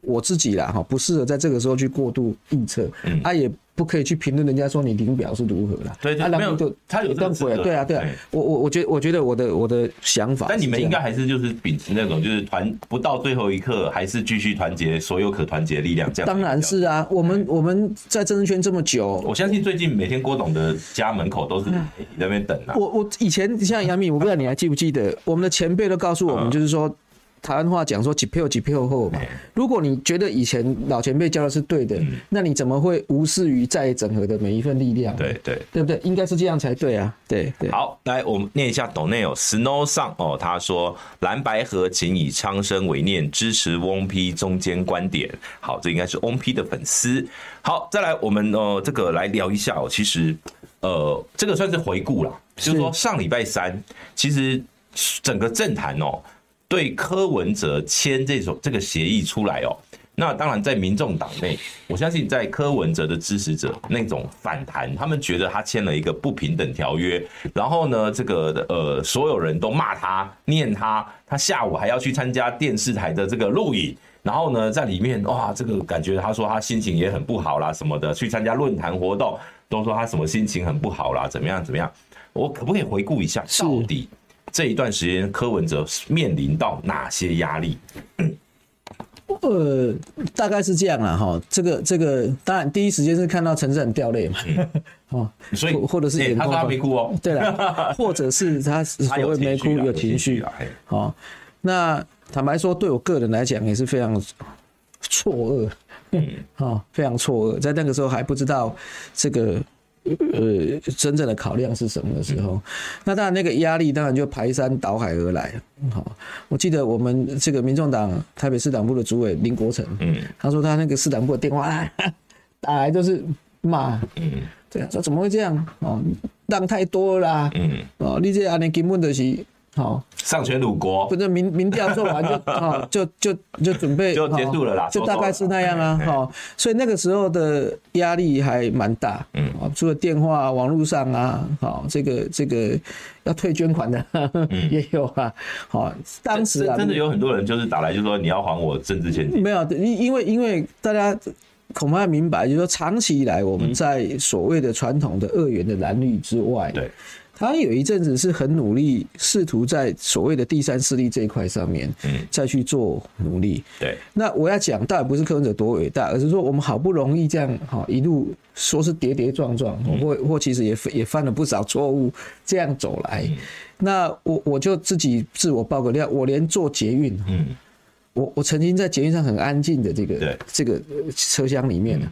B: 我自己啦哈、不适合在这个时候去过度臆测，啊也。不可以去评论人家说你领表是如何啦，
A: 嗯对对
B: 啊，然
A: 没有
B: 后就
A: 他有这个资格
B: 对啊，对啊
A: 对，
B: 我我我觉得我觉得我的我的想法是
A: 哎
B: 这样，
A: 但你们应该还是就是秉持那种就是团不到最后一刻，还是继续团结所有可团结的力量这样。
B: 当然。是啊，我
A: 嗯
B: 们我们在政治圈这么久，
A: 我相信最近每天郭董的家门口都是你在那边等啊。
B: 嗯我我以前像杨幂，我不知道你还记不记得，我们的前辈都告诉我
A: 啊
B: 们，就是说。台湾话讲说几票几票后嘛，如果你觉得以前老前辈教的是对的，
A: 嗯
B: 那你怎么会无视于再整合的每一份力量？
A: 对对，
B: 对不对？应该是这样才对啊！对对，
A: 好，来我们念一下 d o n a l Snow 上哦，他说蓝白河请以苍生为念，支持翁批中间观点。好，这应该是翁批的粉丝。好，再来我们呃这个来聊一下哦，其实呃这个算是回顾啦，就是说上礼拜三，其实整个政坛哦，对柯文哲签这种这个协议出来哦，那当然在民众党内，我相信在柯文哲的支持者那种反弹，他们觉得他签了一个不平等条约，然后呢，这个呃，所有人都骂他、念他，他下午还要去参加电视台的这个录影。然后呢，在里面哇，这个感觉他说他心情也很不好啦，什么的，去参加论坛活动都说他什么心情很不好啦，怎么样怎么样？我可不可以回顾一下，
B: 是
A: 到底这一段时间柯文哲面临到哪些压力？
B: 呃，大概是这样了哈。这个这个，当然第一时间是看到陈志远掉泪嘛，
A: 嗯
B: 哦，
A: 所以，
B: 或或者是
A: 哎
B: 眼
A: 他
B: 眶
A: 说他
B: 泛
A: 没哭哦，
B: 对了，或者是他所
A: 他有
B: 谓
A: 情
B: 没哭
A: 绪啦
B: 有啊情绪
A: 啦，哎
B: 哦，那坦白说，对我个人来讲也是非常错愕， 哦，非常错愕，在那个时候还不知道这个。呃，真正的考量是什么的时候？那当然，那个压力当然就排山倒海而来。好、我记得我们这个民众党台北市党部的主委林国成，
A: 嗯
B: 他说他那个市党部的电话啊打来都是骂，
A: 嗯
B: 对啊，说怎么会这样？哦，让太多了啦，
A: 嗯，
B: 哦，你这安尼根本就是，哦，
A: 上权辱国
B: 不，是民民调做 完就哦，就就就准备
A: 就结束了啦
B: 哦
A: 收手
B: 就大概
A: 了
B: 是那样啊
A: 哎，哎
B: 哦，所以那个时候的压力还蛮大，
A: 嗯
B: 哦，除了电话、网络上啊，好、这个这个要退捐款的 也有啊，好、当时啊
A: 嗯真真的有很多人就是打来就说你要还我政治现金，
B: 没有，因因为因为大家恐怕明白，就是说长期以来我
A: 嗯
B: 们在所谓的传统的二元的蓝绿之外，
A: 对，
B: 台湾有一阵子是很努力，试图在所谓的第三势力这一块上面，
A: 嗯
B: 再去做努力。
A: 对，
B: 那我要讲，倒也不是柯文哲多伟大，而是说我们好不容易这样哈一路说是跌跌撞撞，或或其实也也犯了不少错误，这样走来，那我我就自己自我爆个料，我连做捷运，
A: 嗯
B: 我我曾经在捷运上很安静的这
A: 对
B: 个这个呃车厢里面呢、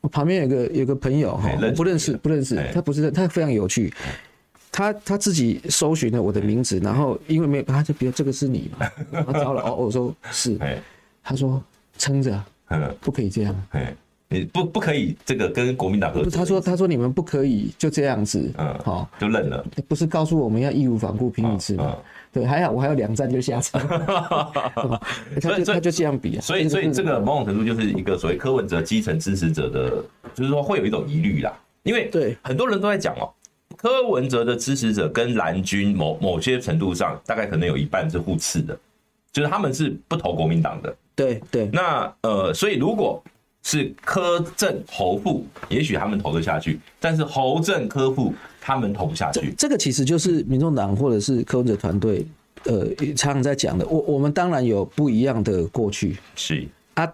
B: 我旁边有个有个朋友哈
A: 哎，
B: 我不认
A: 认识你
B: 识
A: 的嗯
B: 不认识
A: 哎，
B: 他不是他非常有趣，他他自己搜寻了我的名
A: 嗯
B: 字，然后因为没有他就比如这个是你 嘛，他招了哦，我说是，
A: 哎
B: 他说撑着啊
A: 嗯
B: 不可以这样，
A: 哎，你不不可以这个跟国民党合
B: 不
A: 作
B: 是，他说他说你们不可以就这样子，
A: 嗯
B: 好，
A: 就认了，
B: 不是告诉我们要义无反顾拼一次吗
A: 嗯嗯？
B: 对，还好我还有两站就 下车， 他
A: 所以
B: 就
A: 所以
B: 他就这样比啊，
A: 所以，所以这个某种程度就是一个所谓柯文哲基层支持者的，就是说会有一种疑虑啦，因为
B: 对
A: 很多人都在讲哦，柯文哲的支持者跟蓝军某某些程度上，大概可能有一半是互斥的，就是他们是不投国民党的。
B: 对对。
A: 那呃，所以如果是柯正侯副，也许他们投得下去，但是侯正柯副他们投不下去。
B: 这个其实就是民众党或者是柯文哲团队，呃，常常在讲的。我我们当然有不一样的过去
A: 是，
B: 啊，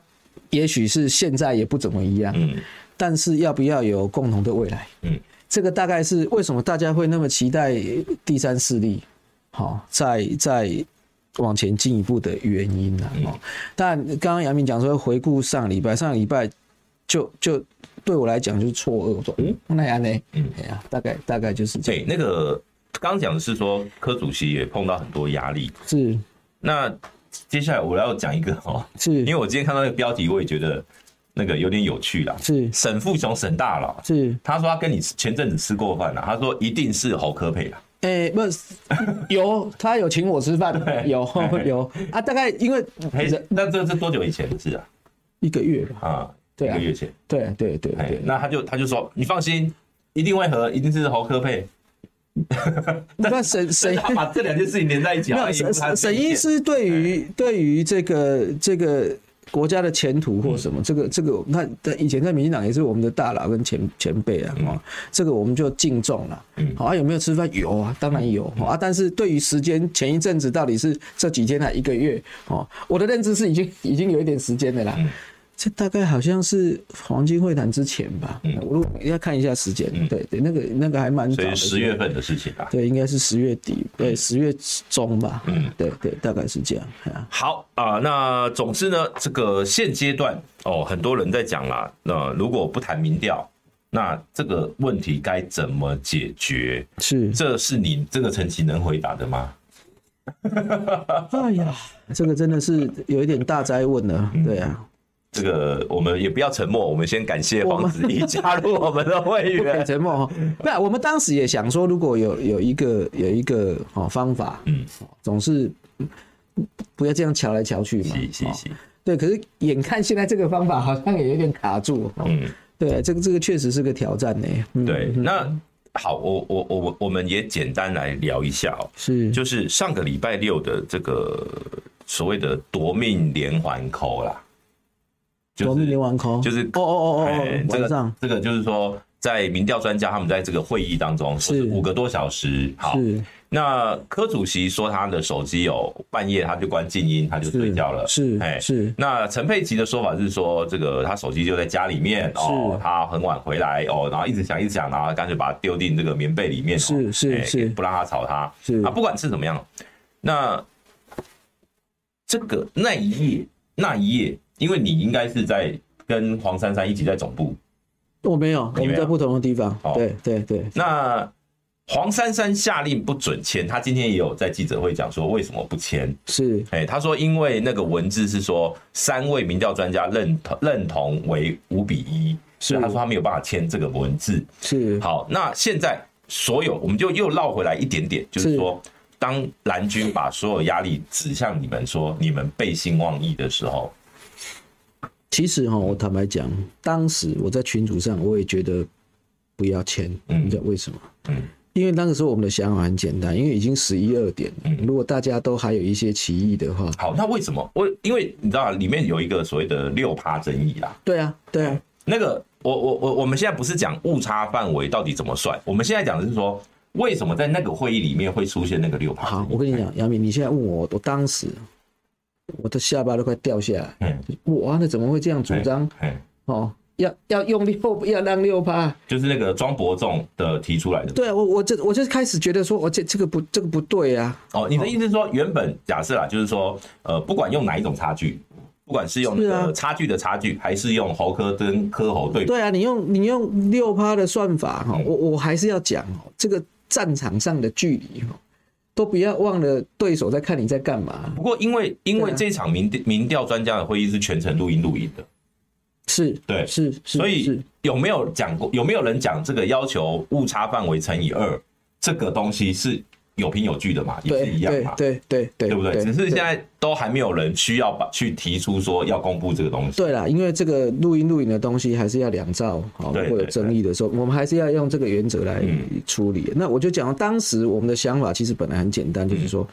B: 也许是现在也不怎么一样，
A: 嗯
B: 但是要不要有共同的未来？
A: 嗯，
B: 这个大概是为什么大家会那么期待第三势力，好、在在往前进一步的原因呢、啊？哦，但刚刚杨明讲说回顾上个礼拜，上个礼拜就就对我来讲就是错愕，我说嗯，那样呢？嗯，哎呀，大概大概就是这样，
A: 对，那个刚讲的是说柯主席也碰到很多压力，
B: 是
A: 那接下来我要讲一个哦，
B: 是
A: 因为我今天看到那个标题，我也觉得那个有点有趣啦。
B: 是
A: 沈富雄沈大佬，
B: 是，
A: 他说他跟你前阵子吃过饭啦，他说一定是侯科配啦。
B: 哎、不是有他有请我吃饭，有有啊，大概因为
A: 嘿
B: 人，
A: 那这是多久以前的事啊？
B: 一个月吧，
A: 啊，
B: 对啊
A: 一个月前。
B: 对对对
A: 哎
B: 对，，
A: 那他就他就说你放心，一定会合，一定是侯科配。
B: 那沈
A: 所以
B: 沈
A: 他把这两件事情连在一起，哎
B: 没
A: 好
B: 有
A: 像也不
B: 沈
A: 是他的
B: 沈沈医
A: 意见
B: 师对于对于这个这个国家的前途或
A: 嗯
B: 什么，这个这个那在以前在民进党也是我们的大佬跟前前辈啊，
A: 嗯
B: 哦，这个我们就敬重了。好啊，有没有吃饭？有啊，当然有哦啊，但是对于时间前一阵子到底是这几天还一个月哦，我的认知是已经已经有一点时间的啦。
A: 嗯
B: 这大概好像是黄金会谈之前吧，
A: 嗯
B: 我如果要看一下时间，对对，那个那个还蛮早
A: 所以
B: 的，
A: 十月份的事情啊。
B: 对，应该是十月底，对，十月中吧。嗯，对对，大概是这样。哎呀
A: 好啊、那总之呢，这个现阶段哦，很多人在讲啦，那、如果不谈民调，那这个问题该怎么解决？
B: 是，
A: 这是你这个陈琦能回答的吗？嗯
B: 哎呀，这个真的是有一点大灾问了。对啊，
A: 这个我们也不要沉默，我们先感谢黄子怡加入我们的会
B: 不可以
A: 员。
B: 沉默哈。 不啊然，我们当时也想说，如果有有一个有一个哦方法，
A: 嗯，
B: 总是嗯不要这样瞧来瞧去嘛。
A: 是是
B: 哦
A: 是，
B: 对，可是眼看现在这个方法好像也有点卡住。哦
A: 嗯，
B: 对，这个这个确实是个挑战呢。嗯，
A: 对。那好，我我我我我们也简单来聊一下哦，
B: 是
A: 就是上个礼拜六的这个所谓的夺命连环扣啦，
B: 夺命连环 call，
A: 就是
B: 哦哦哦
A: 哎
B: 哦，
A: 这
B: 晚
A: 个
B: 上
A: 这个就是说，在民调专家他们在这个会议当中，
B: 是
A: 是五个多小时。好，
B: 是
A: 那柯主席说他的手机有半夜他就关静音，他就睡觉了。
B: 是
A: 哎
B: 是
A: 那陈佩琪的说法是说，这个他手机就在家里面哦，
B: 是
A: 他很晚回来哦，然后一直想一直想，然后干脆把它丢进这个棉被里面，哦
B: 是是
A: 哎
B: 是
A: 不让他吵他。
B: 是
A: 啊，不管是怎么样，那这个那一夜那一夜，因为你应该是在跟黄珊珊一起在总部，
B: 我没有，我
A: 你没
B: 们
A: 有
B: 在不同的地方
A: 哦。
B: 对对对，
A: 那黄珊珊下令不准签，她今天也有在记者会讲说为什么不签。
B: 是
A: 哎、她说因为那个文字是说三位民调专家认同认同为五比一，所以她说她没有办法签这个文字。
B: 是
A: 好，那现在所有我们就又绕回来一点点，就是
B: 是
A: 说。当蓝军把所有压力指向你们说你们背信忘义的时候，
B: 其实哈，我坦白讲，当时我在群组上，我也觉得不要签，
A: 嗯
B: 你知道为什么？
A: 嗯，
B: 因为那个时候我们的想法很简单，因为已经十一二点了，
A: 嗯
B: 如果大家都还有一些歧义的话，
A: 好，那为什么？我因为你知道里面有一个所谓的六趴争议啦，
B: 对啊，对啊，
A: 那个，我我我我们现在不是讲误差范围到底怎么算，我们现在讲的是说，为什么在那个会议里面会出现那个六趴？
B: 好，我跟你
A: 哎
B: 讲，杨明，你现在问我，我当时我的下巴都快掉下来，
A: 嗯，
B: 哇，那怎么会这样主张？
A: 嗯，
B: 哦，要要用六，要让六趴，
A: 就是那个庄伯仲的提出来的。
B: 对啊，我我这我就开始觉得说，哦我这这个不这个不对啊，
A: 哦，你的意思是说，原本假设啦，啊就是说，呃，不管用哪一种差距，不管是用那
B: 是
A: 个
B: 啊
A: 差距的差距，还是用猴科跟科猴对比，
B: 对啊，你用你用六趴的算法哈，我我还是要讲哦，这个战场上的距离哈，都不要忘了对手在看你在干嘛。
A: 不过因为因为
B: 对啊
A: 这场民调民调专家的会议是全程录音录影的，
B: 是，
A: 对
B: 是，是
A: 所
B: 是
A: 以有没有讲过？有没有人讲这个要求误差范围乘以二这个东西是有凭有据的嘛？也是
B: 对
A: 一样
B: 对
A: 嘛，
B: 对对对，
A: 对不对？只是现
B: 对
A: 在都还没有人需要把去提出说要公布这个东西。
B: 对啦，因为这个录音录影的东西还是要两造，好，
A: 对
B: 如果有
A: 对
B: 争议的时候，我们还是要用这个原则来处
A: 嗯
B: 理。那我就讲，当时我们的想法其实本来很简单，就是说，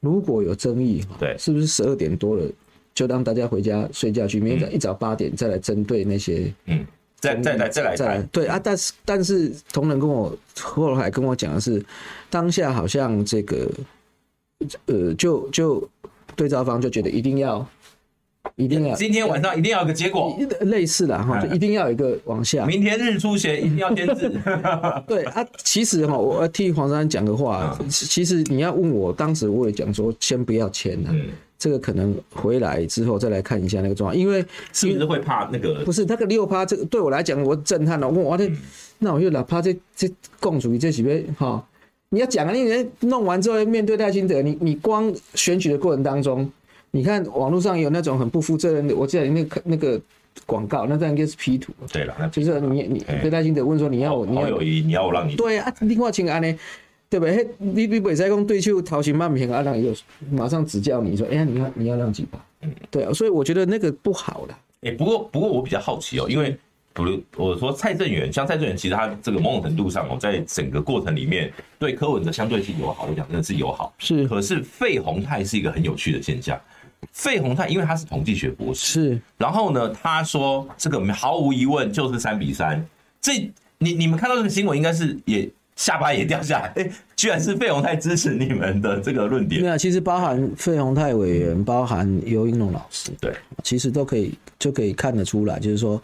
B: 如果有争议，哈
A: 嗯对
B: 是不是十二点多了就让大家回家睡觉去，明天一早八点再来针对那些
A: 嗯，再再来再来
B: 再来
A: 看，
B: 对啊，但是但是同仁跟我后来跟我讲的是，当下好像这个，呃，就就对照方就觉得一定要，一定要
A: 今天晚上一定要有个结果，
B: 类似啦哈，就一定要有一个往下。
A: 哦哎 明天日出前一定要 签字。
B: 对啊，其实哈，我要替黄珊珊讲个话，
A: 嗯
B: 其其实你要问我，当时我也讲说，先不要签了，
A: 嗯，
B: 这个可能回来之后再来看一下那个状况，因为
A: 是不是会怕那个
B: 不？是那个六趴，这个对我来讲，我震撼了。我我这
A: 嗯
B: 那我又哪怕这这共主义这几位哈，你要讲啊，因为弄完之后面对赖清德，你你光选举的过程当中，你看网络上有那种很不负责任的，我记得那个那个广告，那当然应该是 P 图，
A: 对了，那
B: 就是你你
A: 哎
B: 对赖清德问说你要哦我你
A: 好
B: 要
A: 友谊，你要我让你
B: 对啊，另外请安呢。对不对？嘿你你袂使讲对手掏心慢平啊，让又马上指教你说，哎、呀，你要你要让几把，嗯，对啊，所以我觉得那个不好啦。
A: 哎、不过不过我比较好奇哦，因为比如我说蔡正元，像蔡正元，其实他这个某种程度上哦，在整个过程里面对柯文哲相对是友好，我讲真的是友好。
B: 是
A: 可是费宏泰是一个很有趣的现象。费宏泰因为他是统计学博士，
B: 是，
A: 然后呢，他说这个毫无疑问就是三比三。这你你们看到这个新闻，应该是也下巴也掉下来，哎、 居然是费宏泰支持你们的这个论点
B: 没。有，啊其实包含费鸿泰委员，包含尤英龙老师，
A: 对，
B: 其实都可以就可以看得出来，就是说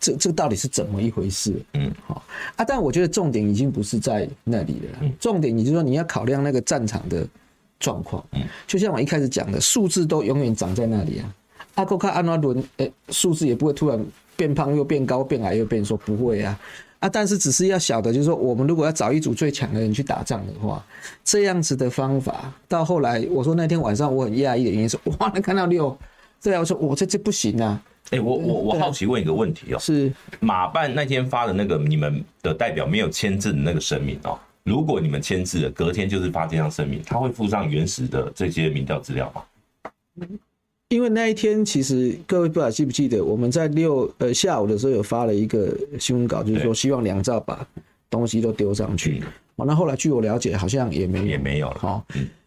B: 这这到底是怎么一回事？
A: 嗯，
B: 好啊，但我觉得重点已经不是在那里了啦，重点你就说你要考量那个战场的状况。嗯，就像我一开始讲的，数字都永远长在那里啊。阿哥看安拉伦，哎、数字也不会突然变胖又变高，变矮又变瘦，不会啊。啊，但是只是要晓得，就是说，我们如果要找一组最强的人去打仗的话，这样子的方法，到后来我说那天晚上我很讶异的原因是，哇，能看到六，对啊，我说我这这不行啊，
A: 哎、我我我好奇问一个问题哦，
B: 是
A: 马办那天发的那个你们的代表没有签字的那个声明哦，如果你们签字了，隔天就是发这张声明，他会附上原始的这些民调资料吗？
B: 因为那一天，其实各位不知道记不记得，我们在六呃下午的时候有发了一个新闻稿，就是说
A: 对
B: 希望梁兆把东西都丢上去。哦，那后来据我了解，好像也没有
A: 也没有了。
B: 好、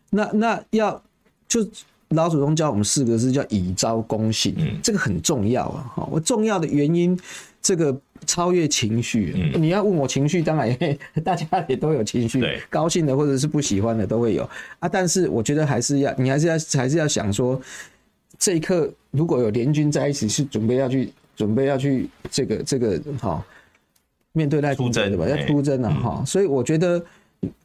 B: 那那要就老祖宗教我们四个字叫以招攻信，
A: 嗯
B: 这个很重要啊。好、我重要的原因，这个超越情绪。啊你要问我情绪，当然也 大家也都有情绪
A: 嗯对，
B: 高兴的或者是不喜欢的都会有啊。但是我觉得还是要，你还是要还是要想说，这一刻如果有联军在一起，是准备要去准备要去这个这个好、面对赖清德
A: 出征
B: 对吧？
A: 哎
B: 要出征了哈、所以我觉得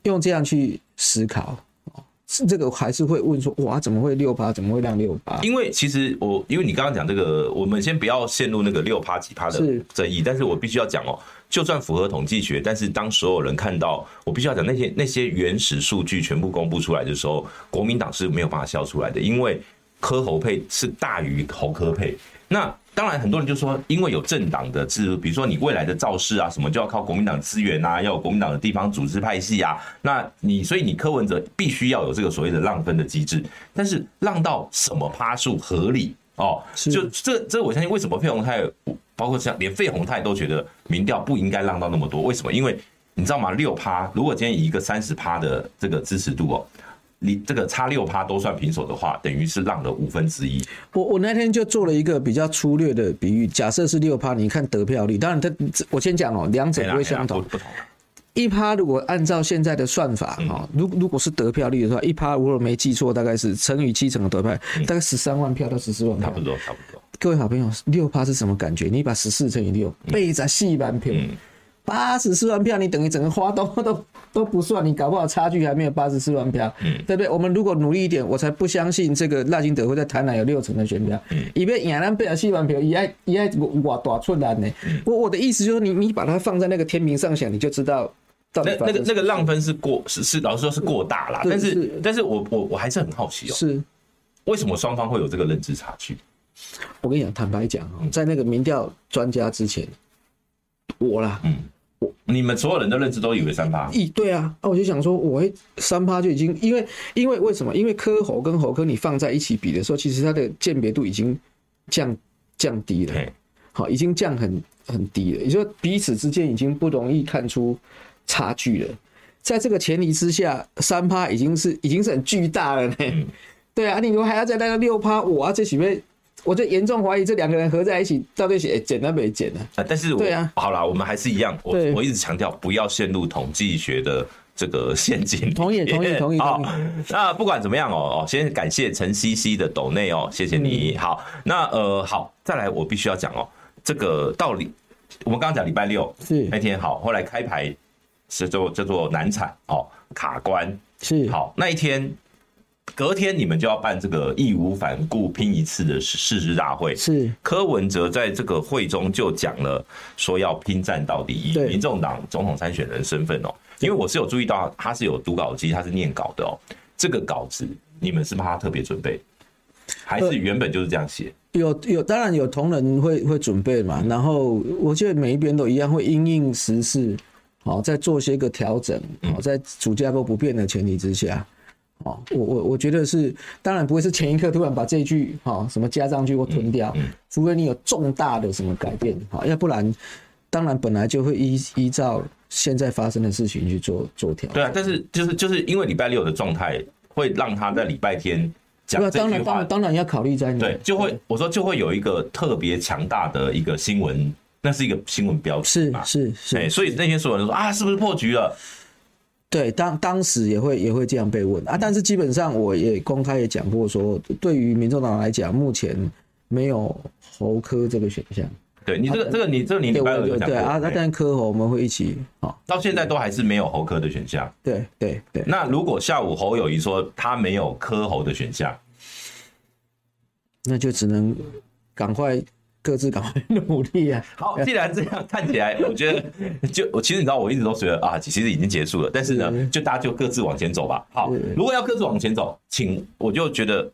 B: 用这样去思考，哦是这个还是会问说，哇，怎么会六八？怎么会让六八？
A: 因为其实我，因为你刚刚讲这个，我们先不要陷入那个六趴几趴的
B: 是
A: 争议，但是我必须要讲哦，就算符合统计学，但是当所有人看到，我必须要讲那些那些原始数据全部公布出来的时候，国民党是没有办法笑出来的，因为柯侯配是大于侯柯配。那当然，很多人就说，因为有政党的制度，比如说你未来的造势啊，什么就要靠国民党资源啊，要有国民党的地方组织派系啊。那你所以你柯文哲必须要有这个所谓的浪分的机制，但是浪到什么趴数合理哦？
B: 是
A: 就这这，我相信为什么费鸿泰，包括像连费鸿泰都觉得民调不应该浪到那么多，为什么？因为你知道吗？六趴，如果今天以一个三十趴的这个支持度哦，你这个差六趴都算平手的话，等于是浪了五分之一。
B: 我我那天就做了一个比较粗略的比喻，假设是六趴，你看得票率，当然它我先讲哦，两
A: 哎
B: 者不会相同
A: 不。不同。
B: 一趴如果按照现在的算法
A: 嗯
B: 哈，如、如果是得票率的话，一趴如果没记错，大概是乘以七成的得票，
A: 嗯
B: 大概十三万票到十四万
A: 差
B: 票
A: 不。多，差不多。
B: 各位好朋友，六趴是什么感觉？你把十四乘以六，
A: 嗯
B: 倍在细万票，八十四万票，你等于整个花东都 都不算，你搞不好差距还没有八十四万票，
A: 嗯
B: 对不对？我们如果努力一点，我才不相信这个赖清德会在台南有六成的选票，
A: 嗯
B: 以为亚南贝尔四万票，也爱也爱我大出来呢。
A: 嗯
B: 我我的意思就是你，你把它放在那个天平上想，你就知道到
A: 那
B: 底发
A: 那
B: 生
A: 个那个浪分是过是是，老实说是过大啦。
B: 对
A: 但是
B: 是
A: 但是我我我还是很好奇哦，
B: 是。
A: 为什么双方会有这个认知差距？
B: 我跟你讲，坦白讲哦，在那个民调专家之前，我啦，
A: 你们所有人的认知都以为三八，
B: 一对啊，啊，我就想说，我会三趴就已经，因为因为为什么？因为柯侯跟侯科你放在一起比的时候，其实它的鉴别度已经降降低了，
A: 对，
B: 好，已经降很很低了，也就是说彼此之间已经不容易看出差距了。在这个前提之下，三趴已经是已经是很巨大了呢。
A: 嗯
B: 对啊，你如果还要再来到六趴，我啊这几位，我就严重怀疑这两个人合在一起到底是减那没减呢？
A: 啊，但是我
B: 对啊
A: 好啦，我们还是一样，我
B: 对
A: 我一直强调不要陷入统计学的这个陷阱里
B: 同意
A: 面。
B: 同意同意
A: 好
B: 同意
A: 那不管怎么样哦，哦，先感谢陈西西的抖内哦，谢谢
B: 嗯
A: 你。好，那呃好，再来我必须要讲哦，这个道理，我们刚刚讲礼拜六
B: 是
A: 那天好，后来开牌是做叫做难产哦，卡关
B: 是
A: 好，那一天，隔天你们就要办这个义无反顾拼一次的誓誓师大会。
B: 是
A: 柯文哲在这个会中就讲了，说要拼战到底，以
B: 对
A: 民众党总统参选人身份哦。因为我是有注意到，他是有读稿机，他是念稿的哦。这个稿子你们是怕他特别准备，还是原本就是这样写？
B: 有有，当然有同仁会会准备
A: 嗯
B: 嘛，然后我觉得每一边都一样，会因应时事，好、再做些个调整，
A: 嗯
B: 好、在主架构不变的前提之下，哦，我我我觉得是，当然不会是前一刻突然把这一句哈、哦、什么加上去或吞掉，
A: 嗯
B: 除非你有重大的什么改变，好、要不然，当然本来就会依依照现在发生的事情去做做调整。
A: 对啊，但是就是就是因为礼拜六的状态，会让他在礼拜天讲
B: 对啊，
A: 这
B: 当
A: 句
B: 然当
A: 话
B: 然，当然要考虑在内，
A: 对，就会我说就会有一个特别强大的一个新闻，那是一个新闻标志
B: 是
A: 嘛。
B: 是是，
A: 哎，所以那天所有人都说啊，是不是破局了？
B: 对，当当时也会也会这样被问啊，但是基本上我也公开也讲过说，对于民众党来讲，目前没有侯科这个选项。
A: 对你这个这个你这个你礼
B: 对，
A: 拜
B: 我
A: 二有
B: 也
A: 讲
B: 对
A: 过
B: 啊，那
A: 哎
B: 但科侯我们会一起哦，
A: 到现在都还是没有侯科的选项。
B: 对对对，
A: 那如果下午侯友谊说他没有科侯的选项，
B: 那就只能赶快各自赶快 努力啊。
A: 好，既然这样看起来，我觉得就我其实你知道，我一直都觉得啊，其实已经结束了，但是呢，就大家就各自往前走吧。好，如果要各自往前走，请我就觉得。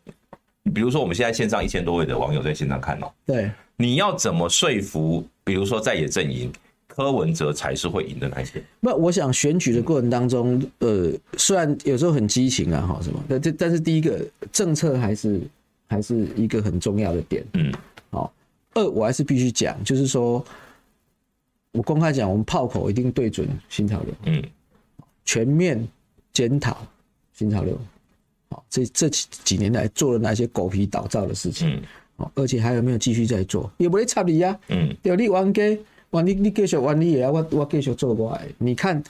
A: 比如说我们现在线上一千多位的网友在线上看哦，
B: 对，
A: 你要怎么说服，比如说在野阵营，柯文哲才是会赢的那一边？
B: 那我想选举的过程当中，呃，虽然有时候很激情啊，哈，什么，但这但是第一个政策还是还是一个很重要的点，
A: 嗯，
B: 好、二我还是必须讲，就是说，我公开讲，我们炮口一定对准新潮流，
A: 嗯，
B: 全面检讨新潮流，好、这这几几年来做了哪些狗皮倒灶的事情，
A: 嗯
B: 哦，而且还有没有继续在做，也不会插你呀、啊，
A: 嗯
B: 对，你玩家，玩你你继续玩你也啊要我我继续做我的。你看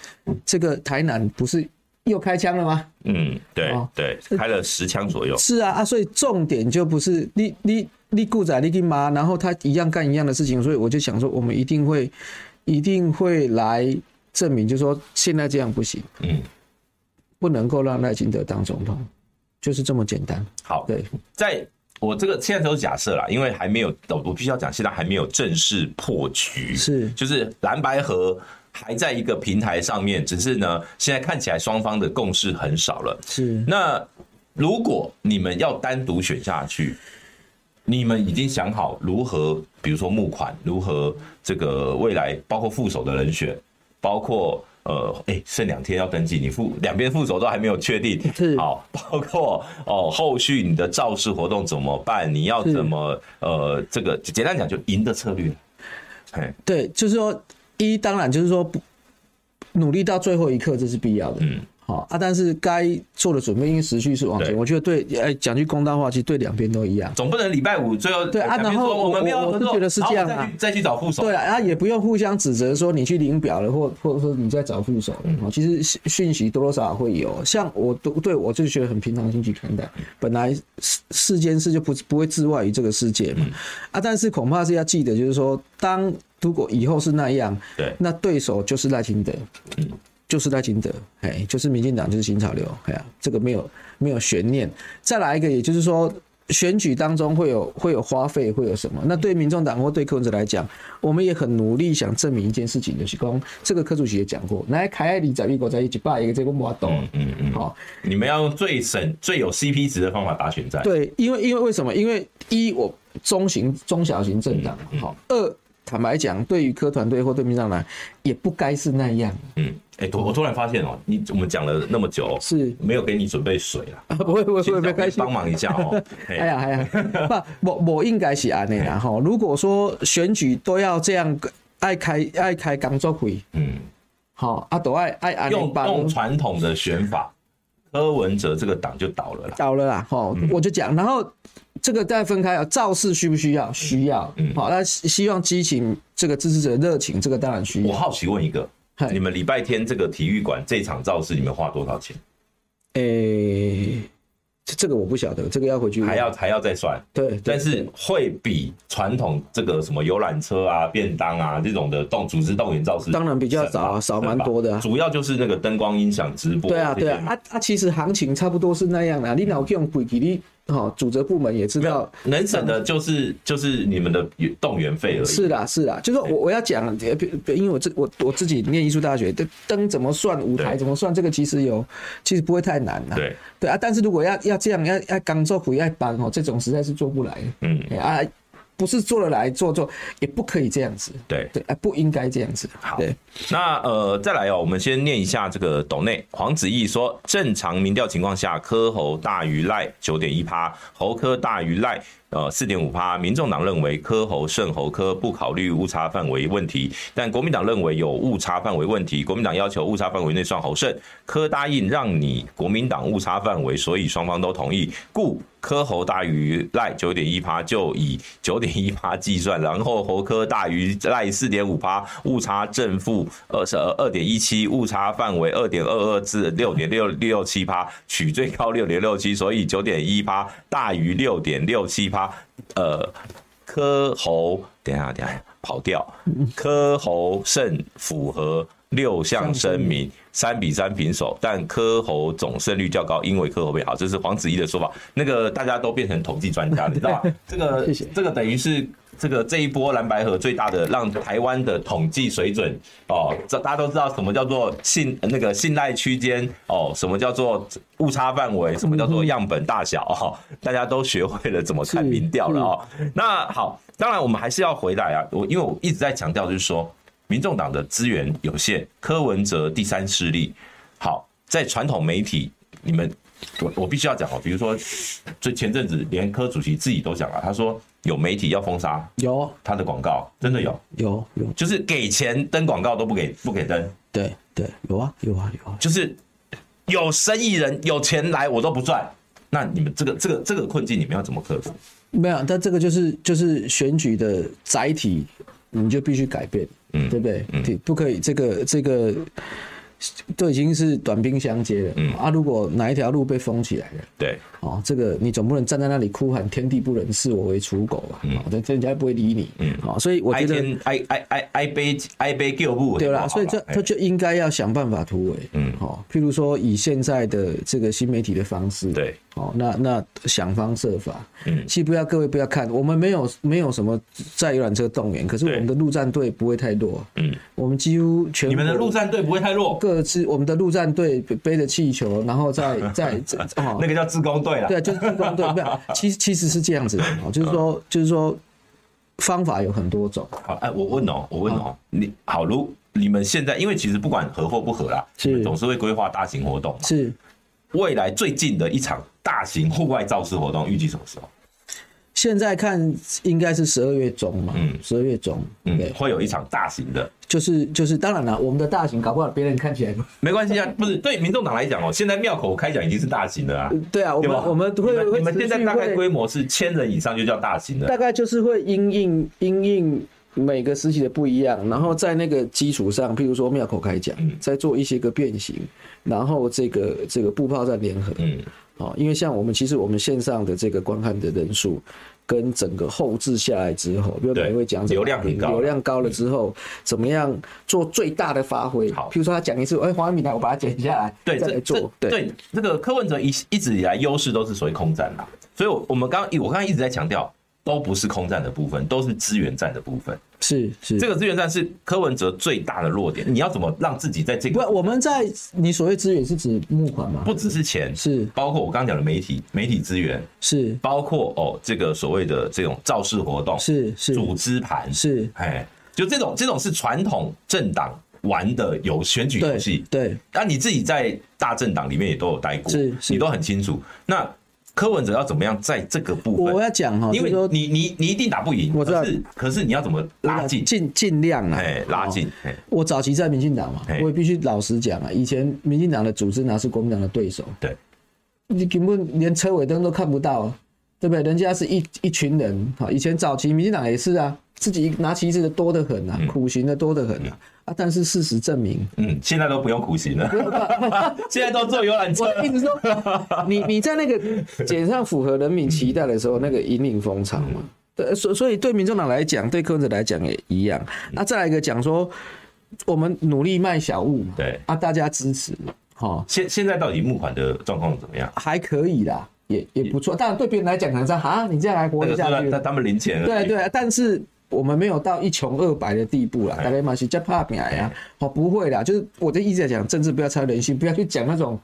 B: 这个台南不是又开枪了吗？
A: 嗯，对
B: 哦
A: 对，开了十枪左右，
B: 是啊啊，所以重点就不是你你你顾仔你跟妈，然后他一样干一样的事情，所以我就想说，我们一定会一定会来证明，就是说现在这样不行，
A: 嗯，
B: 不能够让赖清德当总统，就是这么简单。
A: 好，
B: 对，
A: 在我这个现在都是假设啦，因为还没有，我我必须要讲，现在还没有正式破局，
B: 是
A: 就是蓝白河还在一个平台上面，只是呢，现在看起来双方的共识很少了。
B: 是，
A: 那如果你们要单独选下去，你们已经想好如何，比如说募款，如何这个未来包括副手的人选，包括呃，哎，剩两天要登记，你副两边副手都还没有确定，
B: 是
A: 好，包括哦，后续你的造势活动怎么办？你要
B: 是
A: 怎么呃，这个简单讲就赢的策略，哎，
B: 对，就是说一当然就是说不努力到最后一刻，这是必要的。
A: 嗯，
B: 好啊，但是该做的准备，因为时序是往前，
A: 对
B: 我觉得对，哎，讲句公道话，其实对两边都一样。
A: 总不能礼拜五最后
B: 对啊
A: 两边
B: 然后
A: 说我们没有
B: 我
A: 要
B: 我
A: 合
B: 是
A: 作
B: 觉得是
A: 好
B: 这样
A: 再去
B: 啊
A: 再去找副手，
B: 对了，啊，也不用互相指责说你去领表了，或或者说你在找副手了。
A: 嗯
B: 哦其实讯讯息多多少少会有，像我都对我就觉得很平常心去看待。
A: 嗯
B: 本来世世间事就不不会自外于这个世界嘛，
A: 嗯
B: 啊，但是恐怕是要记得，就是说，当如果以后是那样，
A: 对
B: 那对手就是赖清德，
A: 嗯
B: 就是赖清德，哎，就是民进党，就是新潮流，哎呀，这个没有没有悬念。再来一个，也就是说，选举当中会有会有花费，会有什么？那对民众党或对柯文哲来讲，我们也很努力想证明一件事情，就是讲这个柯主席也讲过，来凯爱里在美国在一起办一个这个摩斗，
A: 嗯嗯。
B: 好、
A: 你们要用最省、最有 CP 值的方法打选战。，
B: 对，因为因为为什么？因为一我中型中小型政党
A: 嗯
B: 嘛，好、二坦白讲，对于科团队或对民进党来，也不该是那样，
A: 嗯，哎、我我突然发现哦、你我们讲了那么久，哦
B: 是
A: 没有给你准备水啦，
B: 啊，不会不会不
A: 请小
B: 会，不会
A: 编
B: 开心
A: 帮。忙一下 哦、嘿
B: 哎呀哎 呀，不，我我应该是安尼啦吼。如果说选举都要这样爱开爱开工作会，
A: 嗯，
B: 吼啊都爱爱安尼
A: 用
B: 办
A: 用传统的选法，柯文哲这个党就倒了啦。
B: 倒了啦吼，
A: 嗯
B: 我就讲，然后这个再分开啊，造势需不需要？需要，
A: 嗯
B: 好，那希希望激情这个支持者的热情，这个当然需
A: 我
B: 要。
A: 好奇问一个
B: 嗨，
A: 你们礼拜天这个体育馆这场造势，你们花多少钱？
B: 诶，这这个我不晓得，这个要回去问
A: 还要还要再算，
B: 对，对
A: 但是会比传统这个什么游览车啊、便当啊这种的动组织动员造势，
B: 当然比较少啊少蛮多的啊
A: 主要就是那个灯光、音响、直播。
B: 对啊，
A: 这些
B: 对啊，啊啊，其实行情差不多是那样的。你老用鬼给你，哦，组织部门也知
A: 没
B: 道
A: 有，能省的就是就是你们的动员费而已。
B: 是啦，是啦，就是我我要讲，呃比比因为我自我我自己念艺术大学，灯灯怎么算，舞台
A: 对
B: 怎么算，这个其实有，其实不会太难啦。
A: 对，
B: 对啊，但是如果要要这样，要要刚做苦要搬哦，这种实在是做不来。
A: 嗯，
B: 哎啊，不是做了来做做，也不可以这样子。
A: 对。
B: 对啊，不应该这样子。
A: 好
B: 对，
A: 那呃，再来哦，我们先念一下这个斗内黄子毅说，正常民调情况下，柯侯大于赖九点一趴，侯科大于赖呃四点五趴。民众党认为柯侯胜侯科，不考虑误差范围问题，但国民党认为有误差范围问题。国民党要求误差范围内算侯胜，柯答应让你国民党误差范围，所以双方都同意，故柯侯大于赖九点一趴，就以九点一趴计算，然后侯科大于赖四点五趴，误差正负二十二点一七，误差范围二点二二至六点六六七趴，取最高六点六七，所以九点一趴大于六点六七趴，呃，柯侯，等一下等一下跑掉，柯侯胜符合六项声明，三比三平手，但柯侯总胜率较高，因为柯侯被好，这是黄子怡的说法。那个大家都变成统计专家了，你知 道吧？这个
B: 谢谢
A: 这个等于是这个这一波蓝白河最大的让台湾的统计水准哦，这大家都知道什么叫做信呃那个信赖区间哦，什么叫做误差范围，什么叫做样本大小哦，大家都学会了怎么看
B: 是
A: 民调了哦。那好，当然我们还是要回来啊，我因为我一直在强调就是说。民众党的资源有限，柯文哲第三势力。好，在传统媒体，你们我我必须要讲哦，比如说，这前阵子连柯主席自己都讲了，他说有媒体要封杀
B: 有
A: 他的广告，真的有，
B: 有有，
A: 就是给钱登广告都不给不给登，
B: 对对，有啊有啊有啊，
A: 就是有生意人有钱来我都不赚。那你们这个这个这个困境，你们要怎么克服？
B: 没有，但这个就是就是选举的载体，你就必须改变，对不对？对，不可以这个这个都已经是短兵相接了、啊！如果哪一条路被封起来了，
A: 对，
B: 哦，这个你总不能站在那里哭喊“天地不仁，视我为刍狗”吧？哦，这这人家不会理你，嗯，哦，所以我
A: 哀
B: 觉得。
A: 天哀哀哀哀悲哀悲救不
B: 对啦，所以
A: 哎
B: 这他就应该要想办法突围，嗯，哦，譬如说以现在的这个新媒体的方式，
A: 对，
B: 哦，那那想方设法，
A: 嗯
B: 其实不要各位不要看，我们没有没有什么在游览车动员，可是我
A: 对
B: 们的陆战队不会太弱，
A: 嗯，
B: 我们几乎全
A: 你们的
B: 国
A: 陆战队不会太弱，
B: 各自我们的陆战队背背着气球，然 后再再再哦，
A: 那个叫自工队了。
B: 对啊，就是自工队，没有，其实其实是这样子的，哦，就是说就是说方法有很多种，
A: 好，哎，我问哦，我问哦，
B: 嗯
A: 你好，如你们现在，因为其实不管合或不合啦，
B: 是
A: 你们总是会规划大型活动嘛。
B: 是
A: 未来最近的一场大型户外造势活动，预计什么时候？
B: 现在看应该是十二月中嘛，十二月中，
A: 嗯，
B: 对，
A: 会有一场大型的，
B: 就是就是当然了，我们的大型搞不好别人看起来 不
A: 没关系啊，不是对民众党来讲哦，现在庙口开讲已经是大型的啊，
B: 对啊，我
A: 对
B: 们
A: 吧？
B: 我们会
A: 你们
B: 会
A: 你们
B: 持续
A: 现在大概
B: 会
A: 规模是千人以上就叫大型的，
B: 大概就是会因应因应每个时期的不一样，然后在那个基础上，譬如说庙口开讲，
A: 嗯
B: 再做一些个变形，然后这个这个步炮再联合，
A: 嗯，
B: 哦，因为像我们其实我们线上的这个观看的人数。跟整个后置下来之后，比如
A: 对
B: 每位讲者
A: 流量很高嗯
B: 流量高了之后，怎么样做最大的发挥？
A: 好
B: 譬如说他讲一次，哎，黄安米台，我把它剪下来，
A: 对，
B: 再来
A: 这
B: 做，
A: 这对这个柯文哲一一直以来优势都是所谓空战啦，所以我我们刚刚我刚刚一直在强调，都不是空战的部分，都是资源战的部分。
B: 是是
A: 这个资源战是柯文哲最大的弱点。你要怎么让自己在这
B: 不，
A: 个
B: 我们在你所谓资源是指募款吗？
A: 不只是钱，
B: 是
A: 包括我刚刚讲的媒体、媒体资源，
B: 是
A: 包括哦这个所谓的这种造势活动、
B: 是是
A: 组织盘，
B: 是，
A: 哎，就这种这种是传统政党玩的有选举游
B: 对
A: 戏。
B: 对
A: 那你自己在大政党里面也都有待过，
B: 是是
A: 你都很清楚。那柯文哲要怎么样在这个部
B: 我
A: 分？
B: 要讲哈，
A: 因为
B: 就是说
A: 你你你一定打不赢，
B: 我知道
A: 可是可是你要怎么拉近？
B: 尽尽量啊
A: 哎，，拉
B: 哦。
A: 近，哎，
B: 我早期在民进党嘛
A: 嘿，
B: 我也必须老实讲啊，以前民进党的组织哪啊是国民党的对手？
A: 对，
B: 你根本连车尾灯都看不到、啊，对不对？人家是一一群人啊，以前早期民进党也是啊，自己拿旗帜的多得很啊，苦行的多得很啊，啊，但是事实证明，
A: 嗯，现在都不用苦行了， 现在都坐游览车
B: 我一直说，你你在那个简上符合人民期待的时候，那个引领风潮嘛。对，所所以对民众党来讲，对柯文哲来讲也一样。
A: 嗯
B: 那再来一个讲说，我们努力卖小物嘛，
A: 对
B: 啊，大家支持嘛，好、
A: 现现在到底募款的状况怎么样？
B: 还可以啦，也也不错。当然对别人来讲，可能是啊，你这样还活
A: 那
B: 得
A: 个
B: 下
A: 是
B: 去
A: 他，他们零钱而已
B: 对，对，但是我们没有到一穷二白的地步
A: 哎
B: 啦，大概嘛是叫怕饼呀，哦不会啦，就是我的意思在讲，政治不要超人性，不要去讲那种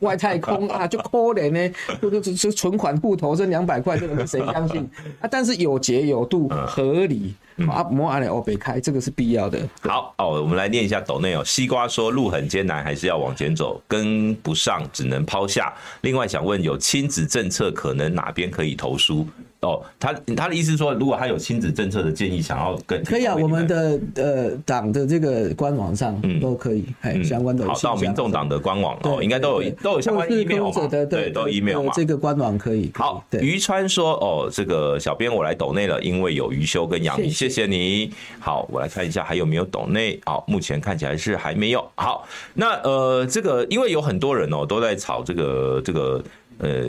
B: 外太空啊，就可怜呢，就就就存款户头这两百块，这个谁相信 啊？但是有节有度，
A: 嗯
B: 合理啊，莫按嘞哦别开，这个是必要的。
A: 好哦，我们来念一下抖内哦。西瓜说路很艰难，还是要往前走，跟不上只能抛下。另外想问，有亲子政策可能哪边可以投书？哦，他他的意思是说，如果他有亲子政策的建议，想要跟
B: 可以啊，
A: 提
B: 我
A: 供给
B: 们
A: 你
B: 的呃党的这个官网上都可以，哎，
A: 嗯
B: 相关的
A: 好到
B: 信
A: 民
B: 箱
A: 众党的官网
B: 对
A: 哦，应该都有
B: 对
A: 都有相关
B: 或者是
A: email
B: 柯
A: 嘛，
B: 文哲的对，
A: 都有
B: 对
A: email
B: 对
A: 嘛。
B: 这个官网可以。可以
A: 好，
B: 对。
A: 于川说：“哦，这个小编我来抖内了，因为有余修跟杨明，谢
B: 谢
A: 谢你。好，我来看一下还有没有抖内。好，目前看起来是还没有。好，那呃，这个因为有很多人哦都在炒这个这个呃。”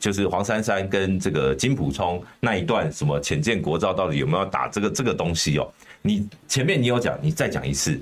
A: 就是黄珊珊跟这个金普聪那一段什么浅见国造到底有没有打这个这个东西哦？你前面你有讲，你再讲一次。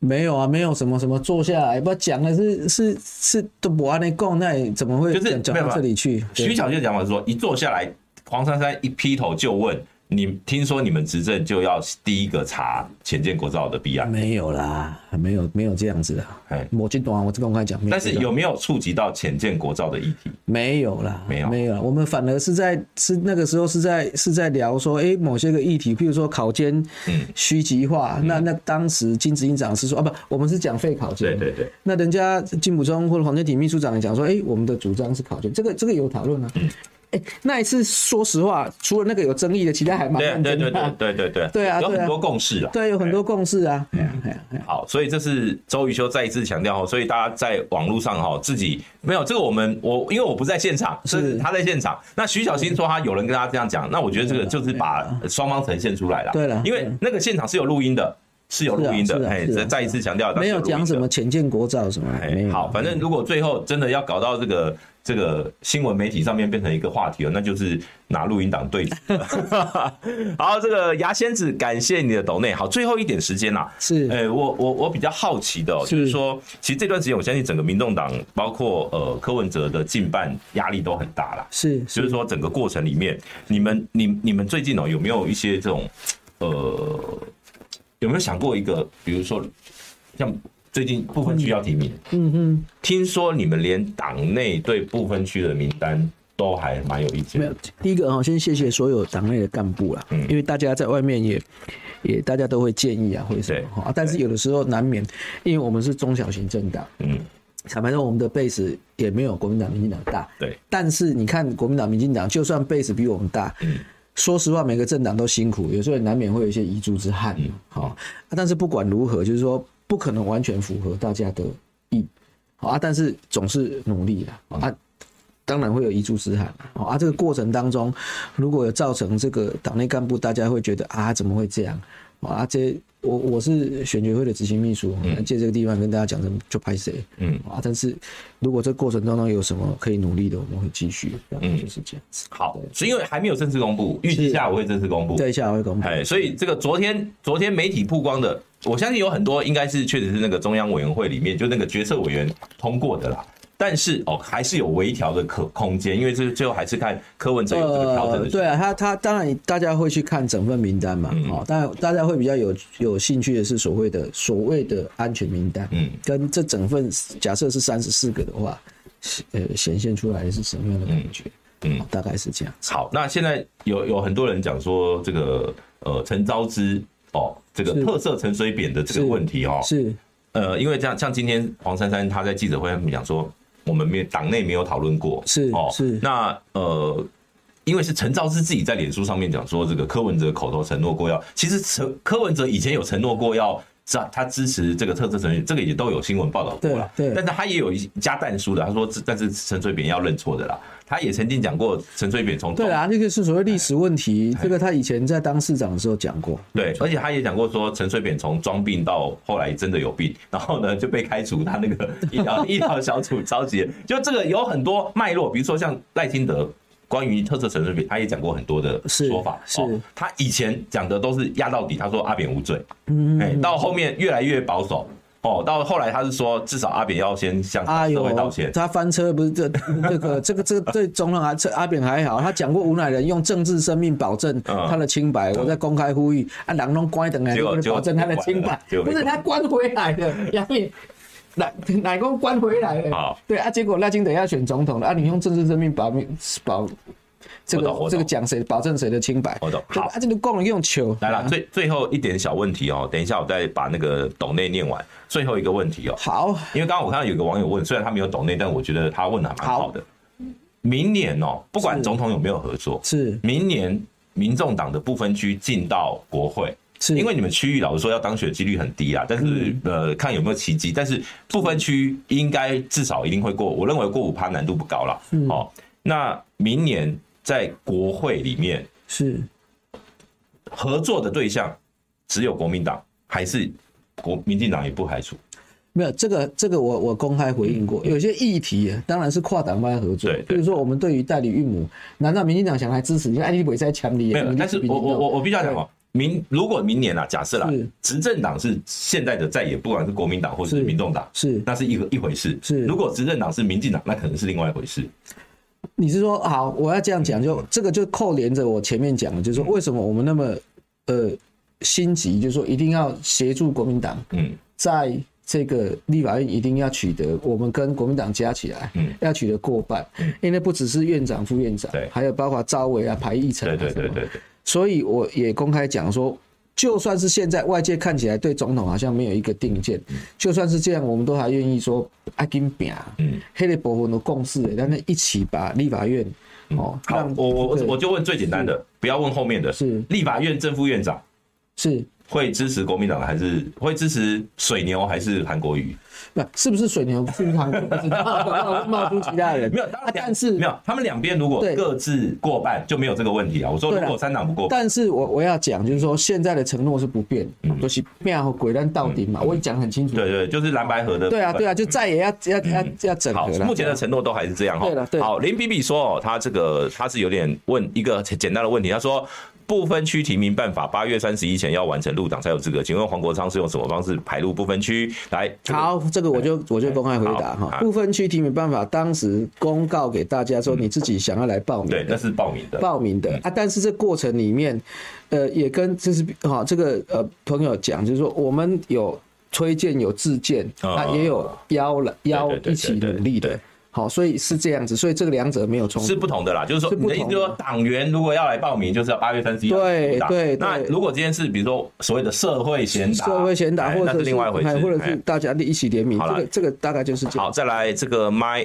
B: 没有啊，没有什么什么坐下来，不讲的是是是都不按那供，那你怎么会
A: 就是
B: 讲讲
A: 没有
B: 到
A: 办法
B: 这里去？
A: 徐小倩讲法是说，一坐下来，黄珊珊一劈头就问：“你听说你们执政就要第一个查前建国造的弊案，
B: 没有啦，没有没有这样子的
A: 哎。
B: 我就懂啊，我就公开讲。没
A: 但是
B: 这种
A: 有没有触及到前建国造的议题？
B: 没有啦，
A: 没有
B: 没有啦。我们反而是在是那个时候是在是在聊说，哎，某些个议题，譬如说考监
A: 嗯
B: 虚极化，那那当时金执行长是说啊，不，我们是讲废考监。
A: 对对，
B: 那人家金溥聪或者黄建庭秘书长也讲说，哎、我们的主张是考卷，这个这个有讨论啊。哎、那一次说实话，除了那个有争议的，其他还蛮
A: 对
B: 认
A: 对
B: 真的
A: 对
B: 啊。
A: 对对对
B: 对啊
A: 有
B: 对啊
A: 很多共识啦。
B: 对，有很多共识啊。哎呀哎呀哎呀
A: 好，所以这是周瑜修再一次强调哦，所以大家在网络上哈，自己没有这个我们我因为我不在现场，
B: 是
A: 是他在现场。那徐小新说他有人跟他这样讲，那我觉得这个就是把双方呈现出来了。
B: 对了
A: 因为那个现场是有录音的，是有录音
B: 是
A: 的。
B: 啊是啊
A: 哎，
B: 是啊
A: 再再一次强调，它是
B: 没有
A: 录音的
B: 讲什么。浅见国造什么，没
A: 哎，
B: 有。
A: 好，反正如果最后真的要搞到这个这个新闻媒体上面变成一个话题了，那就是拿录音档对 质。好，这个牙仙子，感谢你的抖内。好，最后一点时间啦、
B: 是、
A: 哎、我我我比较好奇的、哦，
B: 是
A: 就是说，其实这段时间，我相信整个民众党，包括呃柯文哲的近办压力都很大啦。
B: 是，
A: 就是是说，整个过程里面，你们你你们最近哦，有没有一些这种呃，有没有想过一个，比如说像最近部分区要提名，
B: 嗯哼，
A: 听说你们连党内对部分区的名单都还蛮有意见
B: 没有
A: 的，。
B: 第一个哈，先谢谢所有党内的干部啦，
A: 嗯
B: 因为大家在外面也也大家都会建议啊，或者什么
A: 对
B: 哈，啊但是有的时候难免，因为我们是中小型政党，
A: 嗯，
B: 坦白说，我们的 base 也没有国民党、民进党大。
A: 对，
B: 但是你看，国民党、民进党就算 base 比我们大，说实话，每个政党都辛苦，有时候也难免会有一些遗珠之憾。好、啊但是不管如何，就是说不可能完全符合大家的意，好啊，但是总是努力啦。啊。当然会有遗珠之憾好啊！这个过程当中，如果有造成这个党内干部，大家会觉得啊，怎么会这样？啊，这我我是选举会的执行秘书，哦借这个地方跟大家讲什么就拍谁，
A: 嗯
B: 啊，但是如果这过程当中有什么可以努力的，我们会继续，嗯，就是这样子。
A: 好，是因为还没有正式公布，预计
B: 是
A: 下午会正式公布，
B: 对，下回公布。
A: 哎，所以这个昨天昨天媒体曝光的，我相信有很多应该是确实是那个中央委员会里面就那个决策委员通过的啦。但是哦，还是有微调的可空间，因为这最后还是看柯文哲有这个调整的需求、
B: 对啊，他他当然大家会去看整份名单嘛，
A: 嗯
B: 哦，当然大家会比较有有兴趣的是所谓的所谓的安全名单，
A: 嗯，
B: 跟这整份假设是三十四个的话，是呃，显现出来的是什么样的感觉？
A: 嗯嗯
B: 哦大概是这样。
A: 好，那现在有有很多人讲说这个呃陈昭之哦，这个
B: 是
A: 特色陈水扁的这
B: 是
A: 个问题哦，
B: 是
A: 呃，因为这样，像今天黄珊珊她在记者会上面讲说，我们没有党内没有讨论过，哦
B: 是是
A: 那呃，因为是陈昭之自己在脸书上面讲说，这个柯文哲口头承诺过要，其实陈柯文哲以前有承诺过要。支他支持这个特色成员，这个也都有新闻报道过了。
B: 对对
A: 但是他也有一加淡书的，他说这，但是陈水扁要认错的啦。他也曾经讲过，陈水扁从
B: 对
A: 中
B: 啊，这个是所谓历史问题，
A: 哎
B: 这个他以前在当市长的时候讲过，
A: 对，而且他也讲过说，陈水扁从装病到后来真的有病，然后呢就被开除他那个医 疗医疗小组召集，就这个有很多脉络，比如说像赖清德。关于特色陈水扁，他也讲过很多的
B: 是
A: 说法。哦
B: 是
A: 他以前讲的都是压到底，他说阿扁无罪。嗯，哎，到后面越来越保守。哦，到后来他是说，至少阿扁要先向
B: 哎
A: 社
B: 呦
A: 会道歉，。
B: 他翻车不是这 这个这个这个对总统还这阿扁还好，他讲过吴乃仁用政治生命保证
A: 嗯
B: 他的清白，我在公开呼吁啊，人拢关等来，
A: 结果
B: 你不能保证他的清白，
A: 结果
B: 不是他关回来的，杨敏。奶奶公关回来了
A: 好，
B: 对啊，结果赖清德要选总统了啊！你用政治生命保命保这
A: 我懂我
B: 个
A: 懂
B: 这个讲谁保证谁的清白，
A: 我懂
B: 对吧
A: 好
B: 啊，这啊个共用球
A: 来了，最最后一点小问题哦，等一下我再把那个抖内念完。最后一个问题哦，
B: 好
A: 因为刚刚我看到有个网友问，虽然他没有懂内，但我觉得他问的还蛮好的。明年哦，不管
B: 是
A: 总统有没有合作，
B: 是
A: 明年民众党的不分区进到国会，
B: 是嗯
A: 因为你们区域老实说要当选几率很低啦，但是、呃看有没有奇迹，但是不分区应该至少一定会过，我认为过五趴难度不高啦。哦，那明年在国会里面
B: 是
A: 合作的对象只有国民党，还是国民进党也不排除？
B: 没有这个，这个我我公开回应过，有些议题啊当然是跨党派合作，
A: 嗯对对
B: 比如说我们对于代理孕母，难道民进党想来支持？你看哎，你不在强力，
A: 没有，但是我我我我必须要讲哦，明如果明年啊，假设啦
B: 是，
A: 执政党是现在的在野，不管是国民党或者是
B: 是
A: 民众党，
B: 是
A: 那是一个一回事。
B: 是
A: 如果执政党是民进党，那可能是另外一回事。
B: 你是说好，我要这样讲，
A: 嗯
B: 就这个就扣连着我前面讲的，就是说为什么我们那么呃心急，就是说一定要协助国民党
A: 嗯
B: 在这个立法院一定要取得我们跟国民党加起来，
A: 嗯
B: 要取得过半，因为不只是院长、副院长
A: 对，
B: 还有包括招委啊、排议程、啊、
A: 对对对对对，
B: 所以我也公开讲说，就算是现在外界看起来对总统好像没有一个定见，就算是这样，我们都还愿意说啊，跟拼，
A: 嗯，
B: 黑的部分的共识的，但是一起把立法院哦，
A: 嗯好，我我我
B: 对
A: 我就问最简单的，不要问后面的。
B: 是
A: 立法院正副院长
B: 是
A: 会支持国民党还是会支持水牛还是韩国瑜？
B: 不是不是水牛是不是糖果不知道 冒哦冒出其他人
A: 没有，当
B: 啊
A: 然两
B: 但是
A: 没有，他们两边如果
B: 对
A: 各自过半就没有这个问题啊。我说
B: 对
A: 如
B: 啦
A: 果三党不过半，
B: 但是我我要讲，就是说现在的承诺是不变，就是变和鬼蛋到底嘛，我也讲得很清楚。
A: 嗯对对，就是蓝白河的部分。
B: 对啊，对啊，就再也要要要要整
A: 好
B: 合，了。
A: 目前的承诺都还是这样哈。
B: 对了对了
A: 好，林比比说哦，他这个他是有点问一个简单的问题，他说不分区提名办法八月三十一前要完成入党才有资格，请问黄国昌是用什么方式排入不分区？来，这个，哎
B: 好，这个我就我就公开回答
A: 好
B: 哈。
A: 好
B: 不分区提名办法当时公告给大家说，你自己想要来报名
A: 对，
B: 的，
A: 那是报名的。
B: 报名的啊。但是这过程里面，呃，也跟就是哈、这个呃朋友讲，就是说我们有推荐有自荐，
A: 哦
B: 啊，也有邀了邀
A: 对对对
B: 一起
A: 对对
B: 努力
A: 对
B: 的。好，所以是这样子，所以这个两者没有冲突
A: 是。不同的啦，就是说
B: 是
A: 你
B: 不
A: 的意思
B: 同
A: 就是
B: 的
A: 说，党员如果要来报名，就是要八月三十一
B: 对对
A: 那
B: 对
A: 如果今天是比如说所谓的社会贤达，
B: 社会贤
A: 哎
B: 达，或
A: 那
B: 者
A: 是另外一回事，
B: 哎或者
A: 哎
B: 是大家一起联名，
A: 好
B: 这
A: 啦
B: 个这个大概就是这
A: 好，
B: 样。
A: 再来这个 my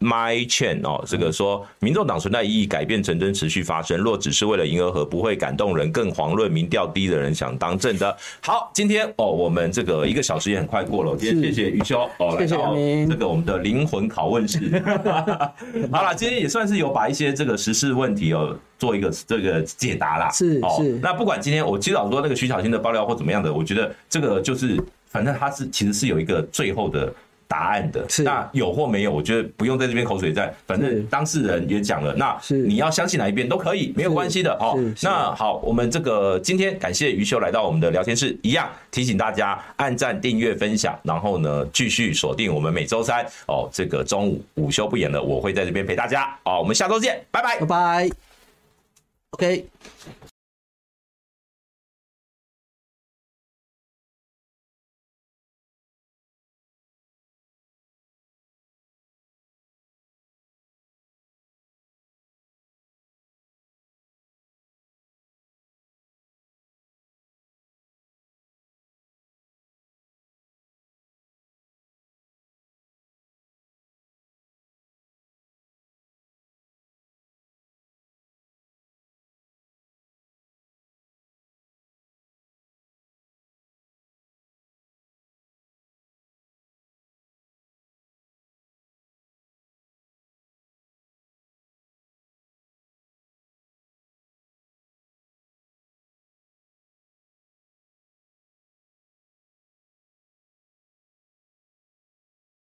A: my chain 哦，这个说民众党存在意义改变成真持续发生，若只是为了迎合和不会感动人，更遑论民调低的人想当政的。好，今天哦，我们这个一个小时也很快过了，今天谢
B: 是
A: 谢余修哦，来
B: 谢谢
A: 到
B: 阿明
A: 这个我们的灵魂拷问 室。好了，今天也算是有把一些这个时事问题哦。做一个这个解答啦，
B: 是
A: 哦
B: 是
A: 那不管今天我接到说那个徐小新的爆料或怎么样的，我觉得这个就是反正他是其实是有一个最后的答案的。
B: 是
A: 那有或没有，我觉得不用在这边口水战，反
B: 是
A: 正当事人也讲了，那
B: 是
A: 你要相信哪一边都可以，没有
B: 是
A: 关系的哦
B: 是。是
A: 那好，我们这个今天感谢余修来到我们的聊天室，一样提醒大家按赞、订阅、分享，然后呢继续锁定我们每周三哦，这个中午午休不演了，我会在这边陪大家哦。我们下周见，拜拜
B: 拜。拜。OK。